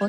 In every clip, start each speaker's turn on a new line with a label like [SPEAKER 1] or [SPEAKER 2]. [SPEAKER 1] 大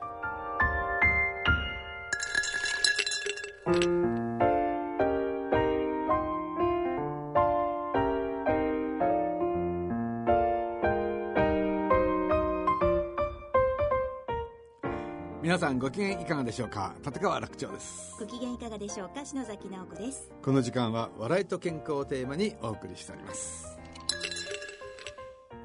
[SPEAKER 2] 皆さんご機嫌いかがでしょうか立川楽長です
[SPEAKER 3] ご機嫌いかがでしょうか篠崎直子 です
[SPEAKER 2] この時間は笑いと健康をテーマにお送りしております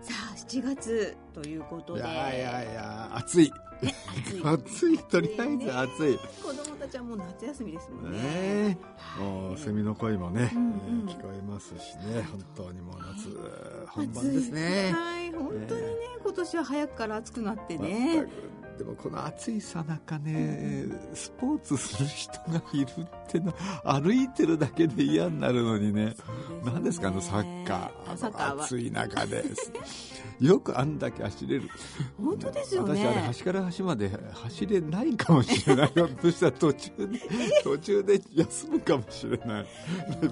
[SPEAKER 3] さあ7月ということ
[SPEAKER 2] い
[SPEAKER 3] で
[SPEAKER 2] やいやいや暑い
[SPEAKER 3] ね暑い
[SPEAKER 2] 暑いとりあえず暑いね
[SPEAKER 3] 子供たちはもう夏休みですもんね
[SPEAKER 2] えもうセミの声もね、
[SPEAKER 3] うんうん
[SPEAKER 2] えー聞こえますしね本当にもう夏本番ですね
[SPEAKER 3] 暑いはい本当にね
[SPEAKER 2] ね
[SPEAKER 3] 今年は早くから暑くなってね、
[SPEAKER 2] 全くでもこの暑いさなかねスポーツする人がいるってのは歩いてるだけで嫌になるのにね何ですかあのサッカーあの
[SPEAKER 3] サッカーは
[SPEAKER 2] 暑い中で よくあんだけ走れる
[SPEAKER 3] 本当ですよね
[SPEAKER 2] 私あれ端から端まで走れないかもしれないひょっとしたら途中 で途中で休むかもしれないなんか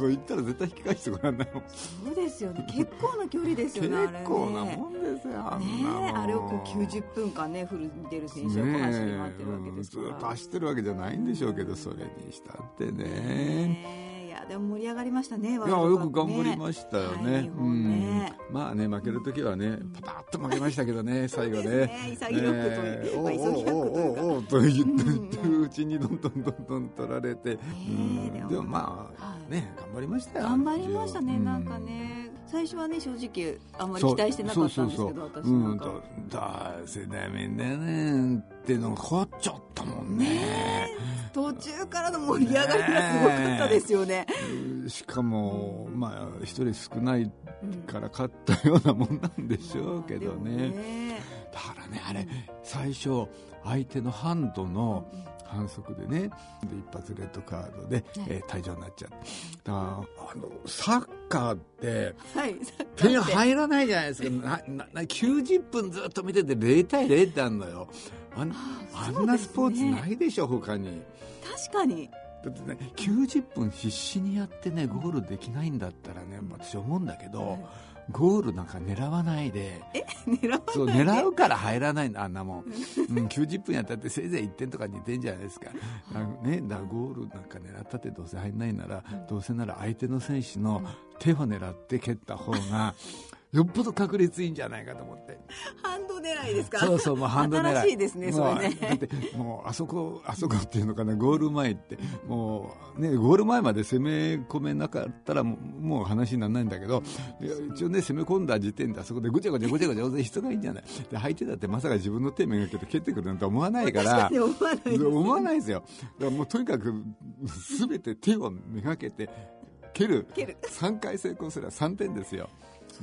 [SPEAKER 2] 行ったら絶対引き返してごらんないもん
[SPEAKER 3] そうですよね結構な距離ですよ
[SPEAKER 2] 結
[SPEAKER 3] ねあれね
[SPEAKER 2] 構なもんですよあんなもん
[SPEAKER 3] ねえあれをこう90分間ねフル出る選手をこう走り回ってるわけ
[SPEAKER 2] ねえ
[SPEAKER 3] です
[SPEAKER 2] ず
[SPEAKER 3] か
[SPEAKER 2] っと
[SPEAKER 3] ら、ね
[SPEAKER 2] 走ってるわけじゃないんでしょうけどそれにしたってね
[SPEAKER 3] えいやでも盛り上がりましたね
[SPEAKER 2] いやよく頑張りま
[SPEAKER 3] し
[SPEAKER 2] したよ
[SPEAKER 3] は
[SPEAKER 2] ね,、
[SPEAKER 3] い日本ね
[SPEAKER 2] うんまあね負ける時はねパパッと負けましたけど ね最後ね
[SPEAKER 3] そうですね潔くという
[SPEAKER 2] えー
[SPEAKER 3] まあ潔くというか
[SPEAKER 2] おおおおおと言って
[SPEAKER 3] うん
[SPEAKER 2] 言ってるうちにどんどんどんどん取られて、うん
[SPEAKER 3] で
[SPEAKER 2] でも
[SPEAKER 3] も
[SPEAKER 2] まあ、
[SPEAKER 3] はい
[SPEAKER 2] ね頑張りましたよ
[SPEAKER 3] 頑張りましたね、
[SPEAKER 2] うん
[SPEAKER 3] なんかね最初はね正直あんまり
[SPEAKER 2] そう
[SPEAKER 3] 期待してなかったんですけど
[SPEAKER 2] そうそうそう
[SPEAKER 3] 私なんか、
[SPEAKER 2] うんだだ世代みんなねってのが凝っちゃったもんね
[SPEAKER 3] 途中からの盛り上がりがすごかったですよね、
[SPEAKER 2] うんしかもまあ一人少ない
[SPEAKER 3] うん
[SPEAKER 2] から勝ったようなもんなんでしょうけど
[SPEAKER 3] まあ
[SPEAKER 2] ね
[SPEAKER 3] でもね
[SPEAKER 2] だからねあれ最初相手のハンドの反則でねで一発レッドカードで、えー退場になっちゃっただからあのサッカーって
[SPEAKER 3] はい
[SPEAKER 2] 点入らないじゃないですかななな90分ずっと見てて0対0ってあんのよあんあんなスポーツないでしょ他に。
[SPEAKER 3] 確かに
[SPEAKER 2] だってね90分必死にやってねゴールできないんだったらね私思うんだけど、ゴールなんか狙わないで
[SPEAKER 3] 狙わ
[SPEAKER 2] そう狙うから入らないんだあんなもん、うん、90分やったってせいぜい1点とか2点じゃないですかあのね、だからゴールなんか狙ったってどうせ入んないなら、どうせなら相手の選手の手を狙って蹴った方がよっぽど確率いいんじゃないかと思って。
[SPEAKER 3] ハンド狙いですか
[SPEAKER 2] そうそう、もうハンド狙い。
[SPEAKER 3] 新しいですねそれ
[SPEAKER 2] もうだっ
[SPEAKER 3] ね
[SPEAKER 2] て、もうあそこ、あそこっていうのかな、ゴール前って、もうね、ゴール前まで攻め込めなかったらもう、もう話にならないんだけど、いや一応ね、攻め込んだ時点であそこでぐちゃぐちゃぐちゃぐちゃ、大勢人がいいんじゃない。で、相手だってまさか自分の手めがけて蹴ってくるなんて思わないか
[SPEAKER 3] 確
[SPEAKER 2] ら
[SPEAKER 3] かに。思わないです
[SPEAKER 2] 思わないですよ。だからもうとにかく、すべて手をめがけて、蹴る。
[SPEAKER 3] 蹴る
[SPEAKER 2] 3回成功すれば3点ですよ。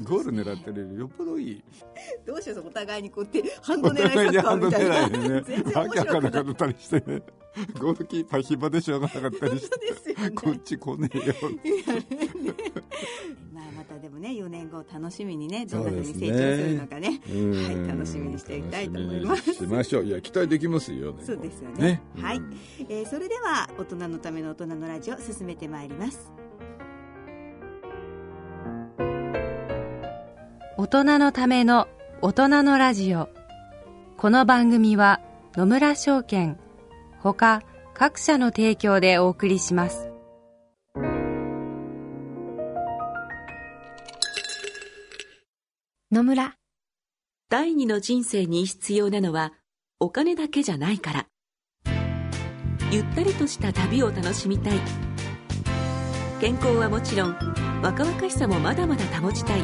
[SPEAKER 2] ゴール狙ってるよりよっぽどいい。
[SPEAKER 3] どうしようお互いにこうやってハンド
[SPEAKER 2] お
[SPEAKER 3] 狙いサ
[SPEAKER 2] 互いに
[SPEAKER 3] ッカ
[SPEAKER 2] ハ
[SPEAKER 3] ー
[SPEAKER 2] ンド
[SPEAKER 3] みたいな
[SPEAKER 2] 狙いでね
[SPEAKER 3] 全、然
[SPEAKER 2] わ
[SPEAKER 3] 面
[SPEAKER 2] け
[SPEAKER 3] 白
[SPEAKER 2] わ
[SPEAKER 3] く
[SPEAKER 2] かん
[SPEAKER 3] な
[SPEAKER 2] ない かったりしてね、ゴールキーパー暇でしょうがなかったりして、
[SPEAKER 3] ですよね
[SPEAKER 2] こっち来ねえよ。
[SPEAKER 3] まあまたでもね4年後を楽しみにねどんなふうに成長するのかねはい楽しみにしていきたいと思います
[SPEAKER 2] しましょう。いや、期待できますよね
[SPEAKER 3] そうですよねはい、えーそれでは大人のための大人のラジオ進めてまいります
[SPEAKER 1] 大人のための大人のラジオこの番組は野村証券ほか各社の提供でお送りします
[SPEAKER 4] 野村
[SPEAKER 5] 第二の人生に必要なのはお金だけじゃないからゆったりとした旅を楽しみたい健康はもちろん若々しさもまだまだ保ちたい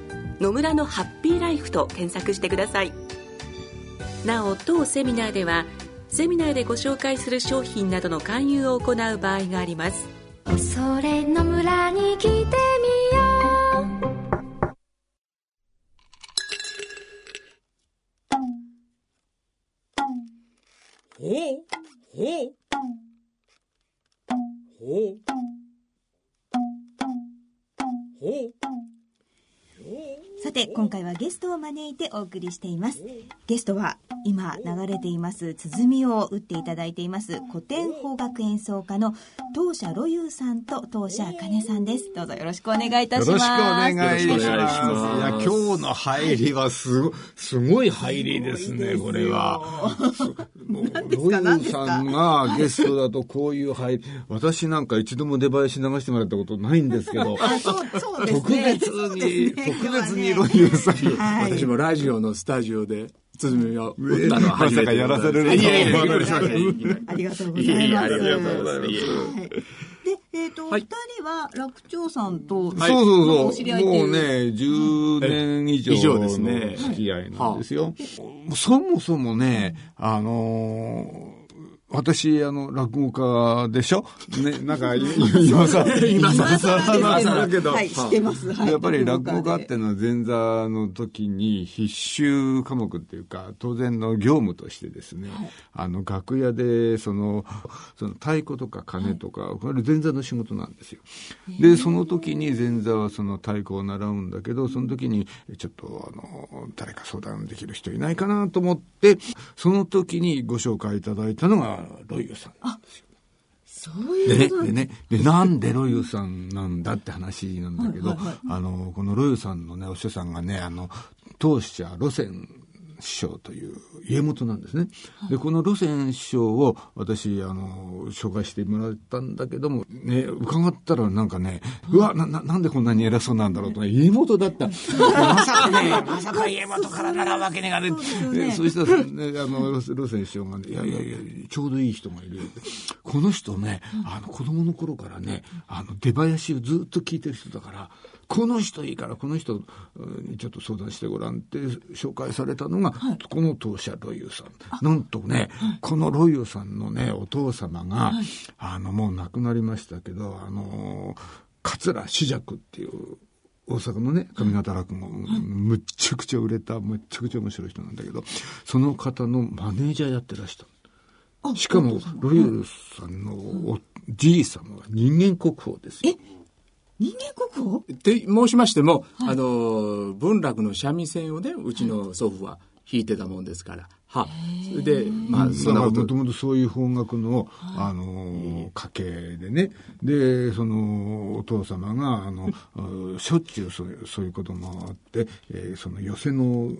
[SPEAKER 5] 「野村のハッピーライフ」と検索してくださいなお当セミナーではセミナーでご紹介する商品などの勧誘を行う場合があります
[SPEAKER 4] それ野村に来てみようほうほうほう
[SPEAKER 3] さて今回はゲストを招いてお送りしていますゲストは今流れています鼓を打っていただいています古典邦楽演奏家の当社ロユーさんと当社茜さんですどうぞよろしくお願いいたします
[SPEAKER 2] よろしくお願いしますいや今日の入りはすごすごい入りですねこれはもうロユーさんがゲストだとこういう入り私なんか一度も出囃子流してもらったことないんですけ ど
[SPEAKER 3] そうそうです
[SPEAKER 2] 特
[SPEAKER 3] ね
[SPEAKER 2] 別に、特別にロ
[SPEAKER 3] 今日はね
[SPEAKER 2] ユーさんが
[SPEAKER 3] はい
[SPEAKER 4] 私もラジオのスタジオで鼓を打ったの
[SPEAKER 2] ま
[SPEAKER 4] は初
[SPEAKER 2] さ
[SPEAKER 4] めて
[SPEAKER 2] か
[SPEAKER 4] で
[SPEAKER 2] や
[SPEAKER 4] ござ
[SPEAKER 2] ら
[SPEAKER 4] います
[SPEAKER 2] せる
[SPEAKER 4] いやいや
[SPEAKER 2] とは
[SPEAKER 4] び
[SPEAKER 2] 思
[SPEAKER 4] っ
[SPEAKER 2] わ
[SPEAKER 4] く
[SPEAKER 2] な
[SPEAKER 4] り
[SPEAKER 2] い
[SPEAKER 4] しましたい
[SPEAKER 3] ありがとうござい
[SPEAKER 4] えいえ
[SPEAKER 3] ます
[SPEAKER 4] ありがとうございますいえいえ
[SPEAKER 3] はいで、えっ、と、お二人は楽長さんと、
[SPEAKER 2] そうそう
[SPEAKER 3] お
[SPEAKER 2] そ
[SPEAKER 3] 知
[SPEAKER 2] う。
[SPEAKER 3] り合いってい
[SPEAKER 2] もうね、10年以上
[SPEAKER 4] 以上
[SPEAKER 2] の
[SPEAKER 4] ですね
[SPEAKER 2] 付き合いなんですよ。そもそもね、あのー私、あの、落語家でしょね、なんか、今さ、今さ、今さ、今さだけど、
[SPEAKER 3] はい、知ってます。はい、
[SPEAKER 2] やっぱり落語家っていうのは前座の時に必修科目っていうか当然の業務としてですね、あの楽屋でそのその太鼓とか鐘とか、これ前座の仕事なんですよ。でその時に前座はその太鼓を習うんだけどその時にちょっとあの誰か相談できる人いないかなと思ってその時にご紹介いただいたのがロイユさん。
[SPEAKER 3] そうい
[SPEAKER 2] でね、
[SPEAKER 3] う
[SPEAKER 2] でね、で、なんでロユさんなんだって話なんだけど、あの、このロユさんのね、お師匠さんがね、あの、当社路線師匠という家元なんですね。で、この路線師匠を私、あの、紹介してもらったんだけども、ね、伺ったらなんかね、うわ、な、ななんでこんなに偉そうなんだろうとね、家元だった。まさかね、まさか家元から習うわけねがね。でそしたら、ね、あの、路路線師匠がね、いやいやいや、ちょうどいい人がいるよって。この人ね、あの、子供の頃からね、あの、出囃子をずっと聞いてる人だから、この人いいから、この人うんにちょっと相談してごらんって紹介されたのが、この当社ロイユさん。なんとね、このロイユさんのね、お父様が、あの、もう亡くなりましたけど、あの、桂四尺っていう、大阪のね上方落語、むっちゃくちゃ売れたむっちゃくちゃ面白い人なんだけどその方のマネージャーやってらしたしかもロイヤルさんのおじい様は人間国宝ですよ
[SPEAKER 3] 人間国宝
[SPEAKER 4] って申しましても、あの文楽の三味線をねうちの祖父は弾いてたもんですから、はそれでまあそんなこ
[SPEAKER 2] も
[SPEAKER 4] と
[SPEAKER 2] ともとそういう方角の、あの家系でねでそのお父様があの あしょっちゅうそういうそういうこともあって、えーその寄席の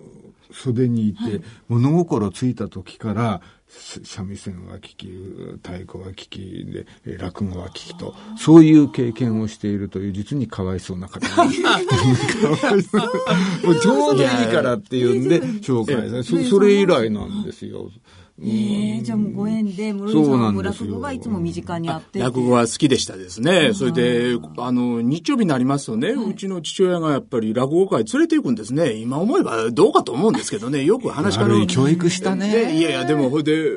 [SPEAKER 2] 袖にいて、物心ついた時からす三味線は聞き太鼓は聞きでえー落語は聞きとそういう経験をしているという実にかわいそうな方 なんですかわいそうもうちょうどいいからってい うんで紹介されそそれ以来なんですよ。
[SPEAKER 3] えー、じゃあもうご縁で、室井
[SPEAKER 2] そ
[SPEAKER 3] さ
[SPEAKER 2] うんな
[SPEAKER 3] は
[SPEAKER 2] ん
[SPEAKER 3] も
[SPEAKER 2] ですよ
[SPEAKER 3] 落語がいつも身近にあって。
[SPEAKER 4] 落語は好きでしたですね。それで、あの、日曜日になりますとね、うちの父親がやっぱり落語会連れて行くんですね。今思えばどうかと思うんですけどね、よく話から。
[SPEAKER 2] 悪い教育したね
[SPEAKER 4] でいやいや、でも、ほいで、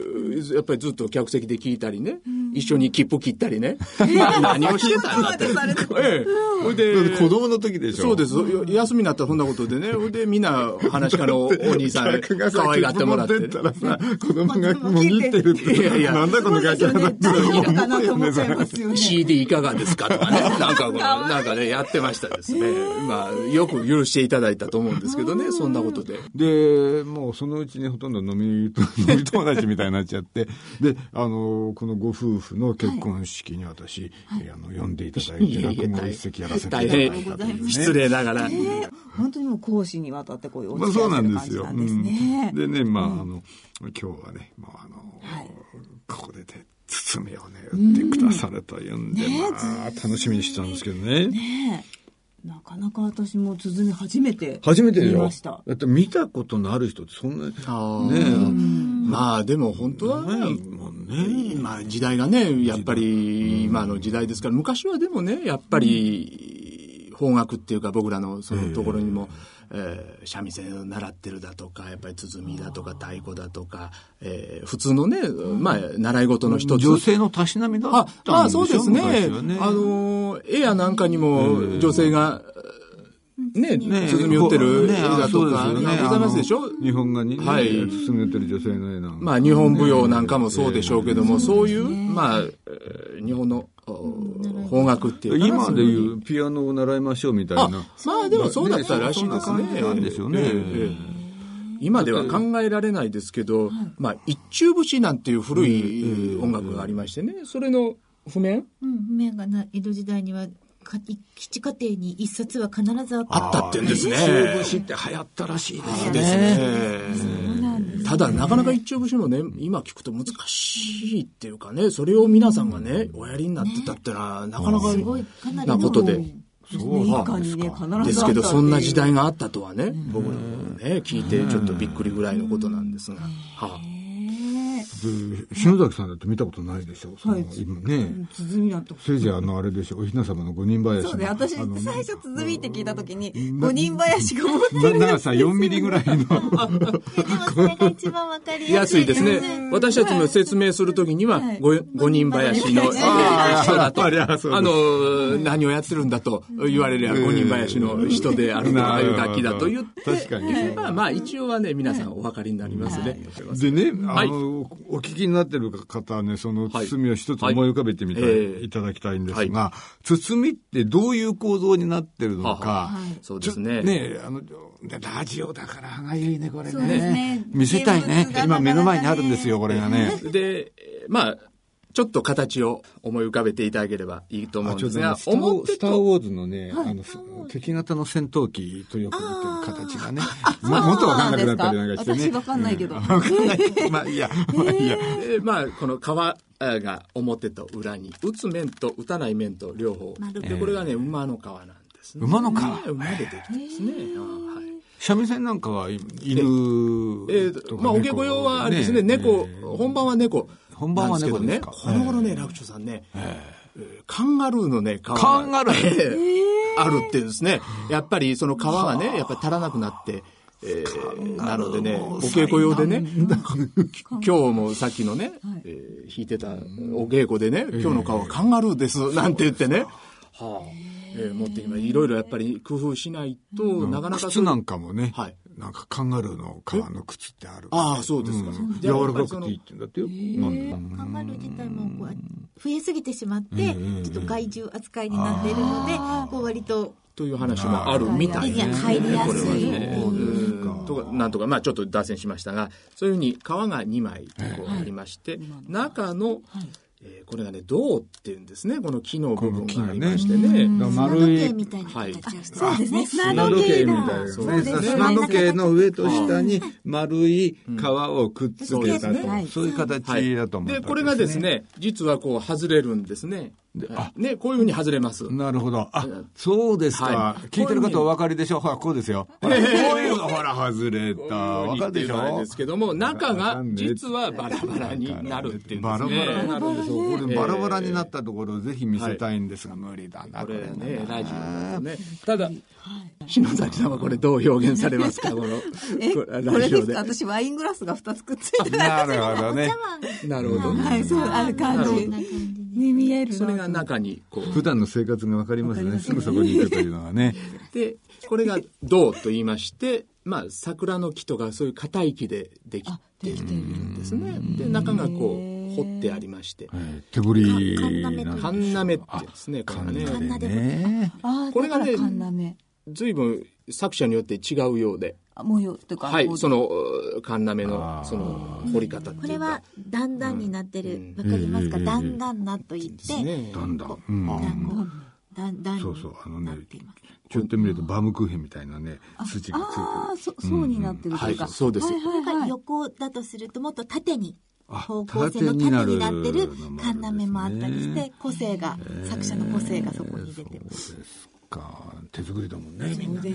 [SPEAKER 4] やっぱりずっと客席で聞いたりね、一緒に切符切ったりね、まあ何をしてたんだって。ええほいで、
[SPEAKER 2] 子供の時でしょ
[SPEAKER 4] そうです。よ休みになったらそんなことでね、ほいで、みんな、話からおお兄さん、
[SPEAKER 2] 客がさ
[SPEAKER 4] 可愛がってもらって。
[SPEAKER 2] 切符持ってったらさ子供がもぎってるって
[SPEAKER 4] いやいや
[SPEAKER 2] なんだこのガキ
[SPEAKER 3] そうですよね。誰にいるかなと思っちゃい
[SPEAKER 2] だ
[SPEAKER 3] ますよね。
[SPEAKER 4] CD いかがですかとかね、なんかこの、なんかね、やってましたですね。まあ、よく許していただいたと思うんですけどね、そんなことで。
[SPEAKER 2] でもうそのうちにほとんど飲み 飲み友達みたいになっちゃってであのこのご夫婦の結婚式に私、えーあの呼んでいただいて落語を一席やらせていただ
[SPEAKER 4] 大
[SPEAKER 2] いたという
[SPEAKER 4] 変
[SPEAKER 2] ね
[SPEAKER 4] 失礼ながら。
[SPEAKER 3] 本当にもう講師にわたってこういうお
[SPEAKER 2] まあ、
[SPEAKER 3] 付き
[SPEAKER 2] そ
[SPEAKER 3] 合
[SPEAKER 2] う
[SPEAKER 3] いし
[SPEAKER 2] な
[SPEAKER 3] て
[SPEAKER 2] んです
[SPEAKER 3] る感じ
[SPEAKER 2] よ。
[SPEAKER 3] な
[SPEAKER 2] うん
[SPEAKER 3] ですね。
[SPEAKER 2] んでね、まあ、あの、今日はね、まあ、あの、ここでね、包みをね、打ってくださるというんで、
[SPEAKER 3] ね
[SPEAKER 2] まあ、楽しみにしてたんですけどね。
[SPEAKER 3] ねえなかなか私も鼓初めて
[SPEAKER 2] 初めてで
[SPEAKER 3] 見
[SPEAKER 2] しょ
[SPEAKER 3] ました。
[SPEAKER 2] だって見たことのある人ってそんな、ね
[SPEAKER 4] あ
[SPEAKER 2] え、
[SPEAKER 4] まあ、でも本当は、
[SPEAKER 2] ないもんね。
[SPEAKER 4] まあ時代がね、やっぱり今の時代ですから、昔はでもね、やっぱり方角っていうか僕らのそのところにも、えー三味線を習ってるだとか、やっぱり鼓だとか太鼓だとか、えー普通のね、まあ習い事の一つ。
[SPEAKER 2] 女性のたしなみだったん
[SPEAKER 4] あ
[SPEAKER 2] でし、ょ
[SPEAKER 4] まあそうですね。
[SPEAKER 2] 昔はね
[SPEAKER 4] あの、絵やなんかにも女性が、ね、
[SPEAKER 2] ね
[SPEAKER 4] 鼓打ってる絵
[SPEAKER 2] ねあ
[SPEAKER 4] だ
[SPEAKER 2] そ
[SPEAKER 4] と
[SPEAKER 2] うです
[SPEAKER 4] か、
[SPEAKER 2] よね
[SPEAKER 4] ございますでしょ
[SPEAKER 2] あの日本画にね、
[SPEAKER 4] はい
[SPEAKER 2] 進めてる女性の絵なんか
[SPEAKER 4] まあ、日本舞踊なんかもそうでしょうけども、
[SPEAKER 3] ね
[SPEAKER 4] そういう、
[SPEAKER 3] そうですね
[SPEAKER 4] まあ、えー日本のお邦楽っていうか
[SPEAKER 2] 今でいうピアノを習いましょうみたい
[SPEAKER 4] あ
[SPEAKER 2] な。
[SPEAKER 4] まあでもそうだったらしいです
[SPEAKER 2] そんな感
[SPEAKER 4] ね。
[SPEAKER 2] じなんでしょうね
[SPEAKER 4] ええええ今では考えられないですけど、まあ一中節なんていう古い音楽がありましてね、それの譜面
[SPEAKER 6] うん、面がな江戸時代にはか基地家庭に一冊は必ずあった
[SPEAKER 4] あったってんですね。
[SPEAKER 2] 中腰って流行ったらしいですね。
[SPEAKER 4] ですね。
[SPEAKER 3] なんです
[SPEAKER 4] ただ、なかなか一丁節もね、今聞くと難しいっていうかね、それを皆さんがね、おやりになってたってのは、なかなか
[SPEAKER 6] すごいかなり
[SPEAKER 4] なことで。
[SPEAKER 3] そうなんですね必ずあったっていう
[SPEAKER 4] ですけど、そんな時代があったとはね、僕らもね、聞いてちょっとびっくりぐらいのことなんですが。は
[SPEAKER 2] で篠崎さんだって見たことないでしょ。その
[SPEAKER 3] はい
[SPEAKER 2] 今ね。
[SPEAKER 3] 鼓なんとか
[SPEAKER 2] せいぜいあのあれでしょ。お雛様の五人林の。
[SPEAKER 3] そうね私
[SPEAKER 2] あの
[SPEAKER 3] 最初鼓って聞いた時に五人林が持って
[SPEAKER 2] な長さ4ミリぐらいの。
[SPEAKER 6] でもそれが一番わかり
[SPEAKER 4] い。
[SPEAKER 6] やす
[SPEAKER 4] 安い
[SPEAKER 6] い
[SPEAKER 4] ですね。私たちも説明するときには
[SPEAKER 3] はい、
[SPEAKER 4] ご五人林の、
[SPEAKER 2] あ
[SPEAKER 4] 人だと、
[SPEAKER 2] あ
[SPEAKER 4] あ
[SPEAKER 2] りゃそうです
[SPEAKER 4] の、何をやってるんだと言われりゃ、五人林の人であるとか、ああいう楽器だと言って、
[SPEAKER 2] 確かに
[SPEAKER 4] えーまあまあ、一応はね、皆さんお分かりになりますね。
[SPEAKER 2] でね、あ
[SPEAKER 4] はい
[SPEAKER 2] の、お聞きになってる方はね、その
[SPEAKER 4] はい
[SPEAKER 2] 包みを一つ思い浮かべてみて、
[SPEAKER 4] はい
[SPEAKER 2] い
[SPEAKER 4] ええ
[SPEAKER 2] ただきたいんですが、包みってどういう構造になってるのか、
[SPEAKER 4] はそうですね。
[SPEAKER 2] ねあの、でラジオだから歯がゆいね、これ
[SPEAKER 3] そうですね
[SPEAKER 2] 見せたいね
[SPEAKER 3] 現
[SPEAKER 2] 今
[SPEAKER 3] 物が。なかなか
[SPEAKER 2] 目
[SPEAKER 3] ね
[SPEAKER 2] の前にあるんですよ、これがね。
[SPEAKER 4] で、えーまあ、ちょっと形を思い浮かべていただければいいと思うんです
[SPEAKER 2] あ
[SPEAKER 4] が、
[SPEAKER 2] ちょうどね
[SPEAKER 4] 思っ
[SPEAKER 2] スター・
[SPEAKER 4] て
[SPEAKER 2] スター
[SPEAKER 4] と、
[SPEAKER 2] ウォーズのね、あの、敵型の戦闘機とよく似てる形がね、ももっとわかんなくなったりなんかしてね。
[SPEAKER 3] 私わかんないけど、
[SPEAKER 2] わかんない。まあ、いいや、まあ、いいや。
[SPEAKER 4] えーまあ、この皮が表と裏に、打つ面と打たない面と両方。で、これがね、馬の皮なんですね。
[SPEAKER 2] 馬の皮
[SPEAKER 4] ね馬でできてですね。あはい
[SPEAKER 2] 三味線なんかは、い犬
[SPEAKER 4] え
[SPEAKER 2] とか
[SPEAKER 4] ーまあ、お
[SPEAKER 2] 猫
[SPEAKER 4] 稽古用はあれですね、猫、本番は猫。
[SPEAKER 2] 本番は猫ですか
[SPEAKER 4] なんけどねこの頃ね、楽長さんね、えーカンガルーのね、皮が
[SPEAKER 2] カンガルー
[SPEAKER 4] えーあるっていうんですね。やっぱりその皮がね、やっぱり足らなくなって、えーなのでね、お稽古用でね、 今日もさっきのね、えー弾いてたお稽古でね、今日の顔はカンガルーです、なんて言ってね、はあ、えー持って今いろいろやっぱり工夫しないと、なかなかそ
[SPEAKER 2] 靴
[SPEAKER 4] う
[SPEAKER 2] なんかもね、
[SPEAKER 4] はい
[SPEAKER 2] なんかカンガルーの革の靴ってある。
[SPEAKER 4] ああ、そうですか。
[SPEAKER 2] うん
[SPEAKER 4] じゃあ
[SPEAKER 2] 柔らかくていいって言うんだってよ。うん
[SPEAKER 6] カンガルー自体もこう増えすぎてしまって、ちょっと害獣扱いになっているので、こう割と
[SPEAKER 4] という話もあるみたい
[SPEAKER 6] 手に入りやすい。
[SPEAKER 4] うんとかなんとか、まあ、ちょっと脱線しましたがそういうふうに皮が2枚こうありまして、中の、えーこれがね銅っていうんですねこの木の部分がありましてね。
[SPEAKER 2] だから
[SPEAKER 6] 砂
[SPEAKER 2] 丸
[SPEAKER 6] 時計
[SPEAKER 2] い
[SPEAKER 6] みたいな
[SPEAKER 4] はい
[SPEAKER 6] 形をして
[SPEAKER 3] そうですね砂
[SPEAKER 2] 砂時
[SPEAKER 3] 時計
[SPEAKER 2] 計み
[SPEAKER 3] だ
[SPEAKER 2] たいな
[SPEAKER 4] そう
[SPEAKER 2] ね。
[SPEAKER 4] ですね
[SPEAKER 2] 砂時計の上と下に丸い皮をくっつけた
[SPEAKER 4] うんそうです
[SPEAKER 3] ね
[SPEAKER 2] と。そういう形だと思う。
[SPEAKER 4] でこれがです。ね実はこう外れるんですね。はいねこういうふうに外れます。
[SPEAKER 2] なるほど。あ、そうですか
[SPEAKER 4] は。い
[SPEAKER 2] 聞いてる方お分かりでしょう。ほら、こうですよ。ほら、こういうの、ほら、外れた。わかるでし
[SPEAKER 4] こういうふうにっていうのはあれ
[SPEAKER 2] ょ
[SPEAKER 4] ですけども中が実はバラバラになるっていうんですね。
[SPEAKER 2] バラバラになるんですよ。これ
[SPEAKER 4] え
[SPEAKER 2] バラバラになったところをぜひ見せたいんですが、無理だな、
[SPEAKER 4] こ
[SPEAKER 2] これ
[SPEAKER 4] れね
[SPEAKER 2] ね。
[SPEAKER 4] ラジオだとねただ篠崎さんはこれどう表現されますかこの
[SPEAKER 3] え
[SPEAKER 4] こ
[SPEAKER 3] こ
[SPEAKER 4] れラ
[SPEAKER 3] れ
[SPEAKER 4] ジ
[SPEAKER 3] で
[SPEAKER 4] オ
[SPEAKER 3] す
[SPEAKER 4] で
[SPEAKER 3] か私ワイングラスが2つくっついてる
[SPEAKER 2] なるほどね。
[SPEAKER 4] なるほど
[SPEAKER 3] はいそうある感じに見えるな
[SPEAKER 4] それが中にこう
[SPEAKER 2] 普段の生活がわかりますね。すぐそこにいるというのはね。
[SPEAKER 4] でこれが銅と言いましてまあ桜の木とかそういう硬い木でできているんですねで中がこう掘ってありまして
[SPEAKER 2] 手彫りなんでしょう。
[SPEAKER 4] カンナメってやつですねこれ
[SPEAKER 2] カン
[SPEAKER 4] がね
[SPEAKER 2] ナでね。
[SPEAKER 3] あー
[SPEAKER 4] これがね
[SPEAKER 3] だからカンナメ
[SPEAKER 4] 随分作者によって違うようで
[SPEAKER 3] あ模様とか
[SPEAKER 4] はい
[SPEAKER 3] こう
[SPEAKER 4] そのカンナメのその掘り方って
[SPEAKER 6] こ
[SPEAKER 4] い
[SPEAKER 6] れ
[SPEAKER 4] うか
[SPEAKER 6] は段々になってる、わかりますか、段々なと言って、
[SPEAKER 4] ね
[SPEAKER 2] なんだ。うん。
[SPEAKER 6] こう段々に
[SPEAKER 2] そうそうあのね
[SPEAKER 6] なっています
[SPEAKER 2] ちょっと見るとバームクーヘンみたいなね、筋がついて
[SPEAKER 3] ああそそうになってると
[SPEAKER 4] は
[SPEAKER 3] いう
[SPEAKER 4] い
[SPEAKER 3] か、
[SPEAKER 4] そうです
[SPEAKER 3] はいはい
[SPEAKER 6] これ
[SPEAKER 3] は
[SPEAKER 6] が
[SPEAKER 3] い
[SPEAKER 6] 横だとするともっと縦に
[SPEAKER 2] あ
[SPEAKER 6] 方向性の縦になってる
[SPEAKER 2] 縦になる
[SPEAKER 6] カンナメもあったりして、個性が作者の個性がそこに出てます
[SPEAKER 2] るんですか。手作りだもんね、みんな。
[SPEAKER 4] で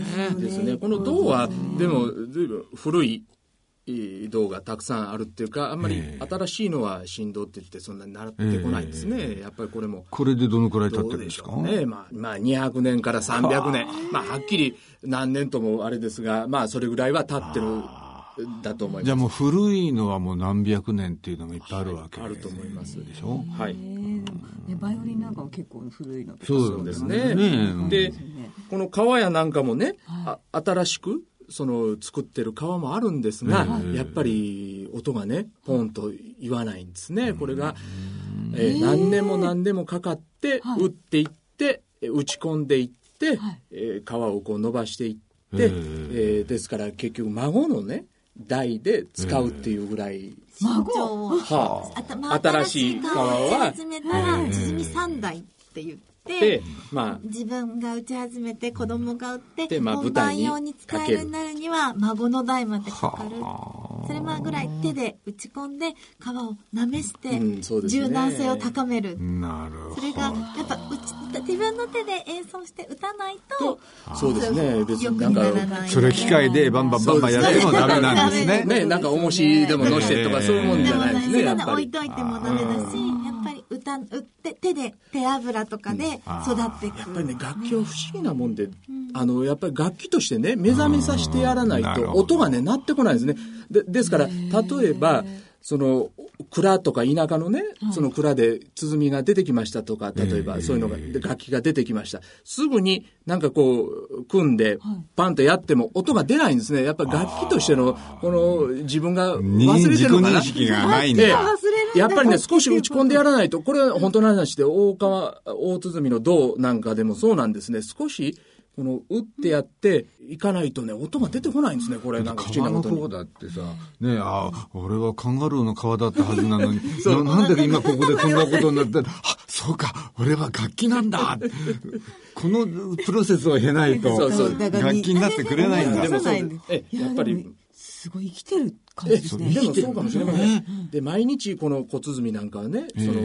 [SPEAKER 4] すね。この銅は、でも、ずいぶん古いえー銅がたくさんあるっていうか、あんまり新しいのは振動って言って、そんなに習ってこないですね。やっぱりこれも。
[SPEAKER 2] これでどのくらい経って
[SPEAKER 4] どう
[SPEAKER 2] るん
[SPEAKER 4] で
[SPEAKER 2] で
[SPEAKER 4] し
[SPEAKER 2] すか
[SPEAKER 4] ょうね。まあ、まあ、200年から300年。まあ、はっきり何年ともあれですが、まあ、それぐらいは経ってる、だと思い
[SPEAKER 2] じゃあ
[SPEAKER 4] ま
[SPEAKER 2] もう古いのはもう何百年っていうのもいっぱいあるわけ
[SPEAKER 4] す。あると思います。
[SPEAKER 2] でしょ
[SPEAKER 4] はい。
[SPEAKER 3] えーでもねバイオリンなんかも結構古いの
[SPEAKER 4] そうですねでこの川やなんかもね、あ新しくその作ってる川もあるんですが、やっぱり音がねポンと言わないんですね、これが、えー何年も何年もかかって、
[SPEAKER 3] はい
[SPEAKER 4] 打っていってえー打ち込んでいって、
[SPEAKER 3] はい
[SPEAKER 4] えー皮をこう伸ばしていって、えーですから結局孫のね代で使うっていうぐらい、
[SPEAKER 6] 孫を
[SPEAKER 4] はあ
[SPEAKER 6] あたまあ
[SPEAKER 4] 新しい皮は
[SPEAKER 6] 新しい皮を打ち始めたら鼓三代って言って、
[SPEAKER 4] でまあ
[SPEAKER 6] 自分が打ち始めて子供が打って
[SPEAKER 4] でまあ
[SPEAKER 6] 本番用
[SPEAKER 4] 舞台に
[SPEAKER 6] に使えるようになるには孫の代までかかるそれまあぐらい手で打ち込んで皮をなめして、
[SPEAKER 4] うんそうですね
[SPEAKER 6] 柔軟性を高める
[SPEAKER 2] なるほ
[SPEAKER 6] それがやっぱ打ち自分の手で演奏して打たないと
[SPEAKER 4] そうですね別
[SPEAKER 6] よ
[SPEAKER 4] に
[SPEAKER 6] く
[SPEAKER 4] なんか
[SPEAKER 6] ならない
[SPEAKER 2] どそれ機械でバンバンバンバンやってもダメなんですね
[SPEAKER 4] ねなんか重しでものしてとかそういうもんじ
[SPEAKER 6] で
[SPEAKER 4] ゃ
[SPEAKER 6] も
[SPEAKER 4] ない
[SPEAKER 6] ね
[SPEAKER 4] で
[SPEAKER 6] そう
[SPEAKER 4] すね
[SPEAKER 6] いう
[SPEAKER 4] や
[SPEAKER 6] の
[SPEAKER 4] っぱ
[SPEAKER 6] 置い
[SPEAKER 4] り。
[SPEAKER 6] といてもダメだしやっぱり歌打って手で手油とかで育っていく、
[SPEAKER 4] やっぱりね楽器は不思議なもんで、あのやっぱり楽器としてね目覚めさせてやらない
[SPEAKER 2] なる
[SPEAKER 4] と
[SPEAKER 2] ほど
[SPEAKER 4] 音がね鳴ってこないんですねでですから例えばその蔵とか田舎のね、その蔵で鼓が出てきましたとか例えばそういうのが、で楽器が出てきましたすぐになんかこう組んでパンとやっても音が出ないんですねやっぱり楽器としてのこの自分が忘れてるのか
[SPEAKER 2] 認
[SPEAKER 4] な
[SPEAKER 2] 識がないんだ
[SPEAKER 4] ええ
[SPEAKER 6] れるんだ
[SPEAKER 4] やっぱりね、少し打ち込んでやらないと、これは本当の話で、大川、大鼓の銅なんかでもそうなんですね。少し、この、打ってやっていかないとね、音が出てこないんですね、これ。なんか不思議
[SPEAKER 2] 川
[SPEAKER 4] なこ
[SPEAKER 2] の
[SPEAKER 4] とに
[SPEAKER 2] 方。だってさ、ねえあ、俺はカンガルーの川だったはずなの に、ななんで今ここでこんなことになったら、あ、そうか、俺は楽器なんだこのプロセスを経ないと、
[SPEAKER 4] そうそう
[SPEAKER 2] 楽器になってくれないんだ
[SPEAKER 4] で。も
[SPEAKER 3] そ
[SPEAKER 4] そう
[SPEAKER 3] うなんだ
[SPEAKER 4] ええ
[SPEAKER 3] いや
[SPEAKER 4] やっぱり
[SPEAKER 3] でもすごい生きてる感
[SPEAKER 4] え
[SPEAKER 3] じですね
[SPEAKER 4] でもそうかもしれません。で、毎日この小鼓なんかはね、その、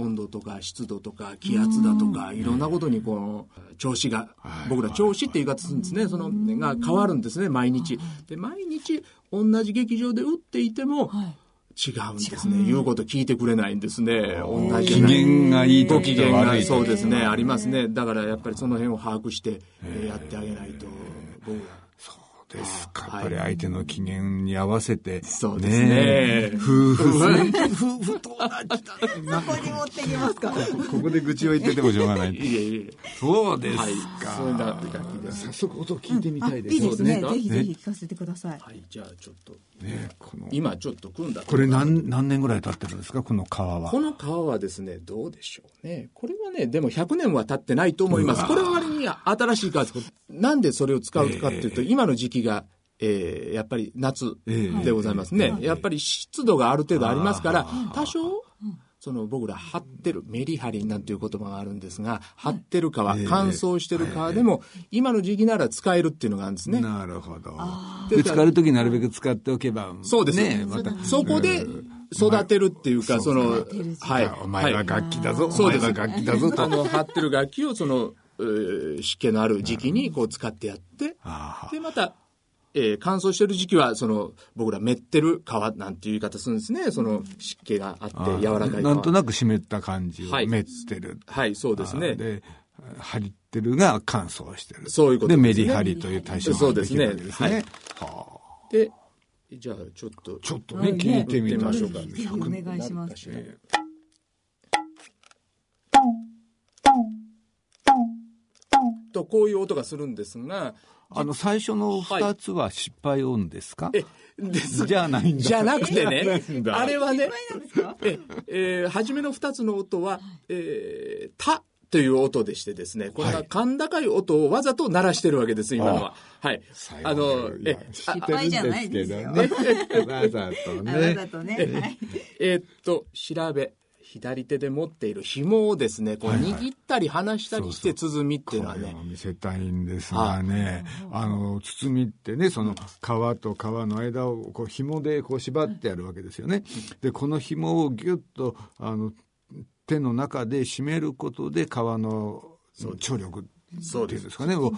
[SPEAKER 4] 温度とか湿度とか気圧だとか、いろんなことにこの、調子が、僕ら調子って言い方するんですね、その、が変わるんですね、毎日。で、毎日同じ劇場で打っていても、違うんですね。言うこと聞いてくれないんですね。同じ
[SPEAKER 2] 機嫌がいい
[SPEAKER 4] ご機
[SPEAKER 2] 時と
[SPEAKER 4] 嫌
[SPEAKER 2] 悪
[SPEAKER 4] が
[SPEAKER 2] い
[SPEAKER 4] そう
[SPEAKER 2] 時。
[SPEAKER 4] ですね、ありますね。だからやっぱりその辺を把握して、えーやってあげないと、僕ら。
[SPEAKER 2] ですか。やっぱり相手の機嫌に合わせて、
[SPEAKER 4] そうですね
[SPEAKER 2] え夫婦、夫婦と同じだ。
[SPEAKER 6] ここに持ってきますか
[SPEAKER 2] ここで愚痴を言っててもしょうが ない
[SPEAKER 4] い。えいえ。
[SPEAKER 2] そうです
[SPEAKER 4] はい。
[SPEAKER 2] か。
[SPEAKER 4] そういう楽器です。
[SPEAKER 2] 早速音を聞いてみたいです。
[SPEAKER 3] いいですね
[SPEAKER 4] そうですか
[SPEAKER 3] ぜひぜひ聞かせてください
[SPEAKER 4] はい、じゃあちょっと、
[SPEAKER 2] ねえこの
[SPEAKER 4] 今ちょっと組んだ。
[SPEAKER 2] これ何何年ぐらい経ってるんですかこの川は
[SPEAKER 4] この川はですね、どうでしょうね。これはね、でも100年は経ってないと思います。これは割に新しい川です。なんでそれを使うかっていうと、今の時期が、えーやっぱり夏でございますね。やっぱり湿度がある程度ありますから、多少、その僕ら張ってる、メリハリなんていう言葉があるんですが、張ってる川、乾燥してる川でも、今の時期なら使えるっていうのがあるんですね。
[SPEAKER 2] なるほどで使える時なるべく使っておけば
[SPEAKER 4] そうです
[SPEAKER 2] ねえまた
[SPEAKER 4] そこで育てるっていうか、その、はい。
[SPEAKER 2] お前は
[SPEAKER 4] はい
[SPEAKER 2] 楽器だぞ、
[SPEAKER 4] そうです
[SPEAKER 2] お前は楽器だぞ
[SPEAKER 4] あ
[SPEAKER 2] と
[SPEAKER 4] の、張ってる楽器を、その、えー湿気のある時期に、こう、使ってやって、
[SPEAKER 2] あ
[SPEAKER 4] で、また、えー乾燥してる時期は、その、僕ら、めってる皮なんていう言い方するんですね。その、湿気があって、
[SPEAKER 2] あ
[SPEAKER 4] 柔らかい皮。
[SPEAKER 2] なんとなく湿った感じを
[SPEAKER 4] はい
[SPEAKER 2] 滅ってる、
[SPEAKER 4] はい、そうですね。
[SPEAKER 2] で張ってるが乾燥してる
[SPEAKER 4] そういうこ
[SPEAKER 2] で
[SPEAKER 4] とですね
[SPEAKER 2] メリハリという対象ができるわけですね
[SPEAKER 4] そうですね
[SPEAKER 2] はあ
[SPEAKER 4] で、じゃあ、ちょっと、
[SPEAKER 2] ちょっとね聞いてみましょうか、
[SPEAKER 4] ね
[SPEAKER 3] ぜひお願いします
[SPEAKER 4] なるかしらと、こういう音がするんですが、
[SPEAKER 2] あの最初の二つは失敗音ですか、
[SPEAKER 4] え、です
[SPEAKER 2] じゃあないんだ
[SPEAKER 4] じゃなくてね
[SPEAKER 2] ん、だ
[SPEAKER 4] あれはね、え、えー初めの二つの音は、えー、たという音でしてですね、これ
[SPEAKER 2] は
[SPEAKER 4] はい甲高い音をわざと鳴らしてるわけです、今のは。はい。あの、え、
[SPEAKER 2] 知
[SPEAKER 4] あ
[SPEAKER 2] ってるんですけどね。わざと
[SPEAKER 3] あわ
[SPEAKER 2] ね
[SPEAKER 3] ざ。とねはい
[SPEAKER 4] えーっと、調べ。左手で持っている紐をですね、こう握ったり離したりして鼓っていうの
[SPEAKER 2] こ
[SPEAKER 4] は
[SPEAKER 2] れ
[SPEAKER 4] ね
[SPEAKER 2] を、見せたいんですがね、あの、包みってね、その皮と皮の間をこう紐でこう縛ってやるわけですよね。で、この紐をギュッと、あの、手の中で締めることで皮の張力っていうんですかね、を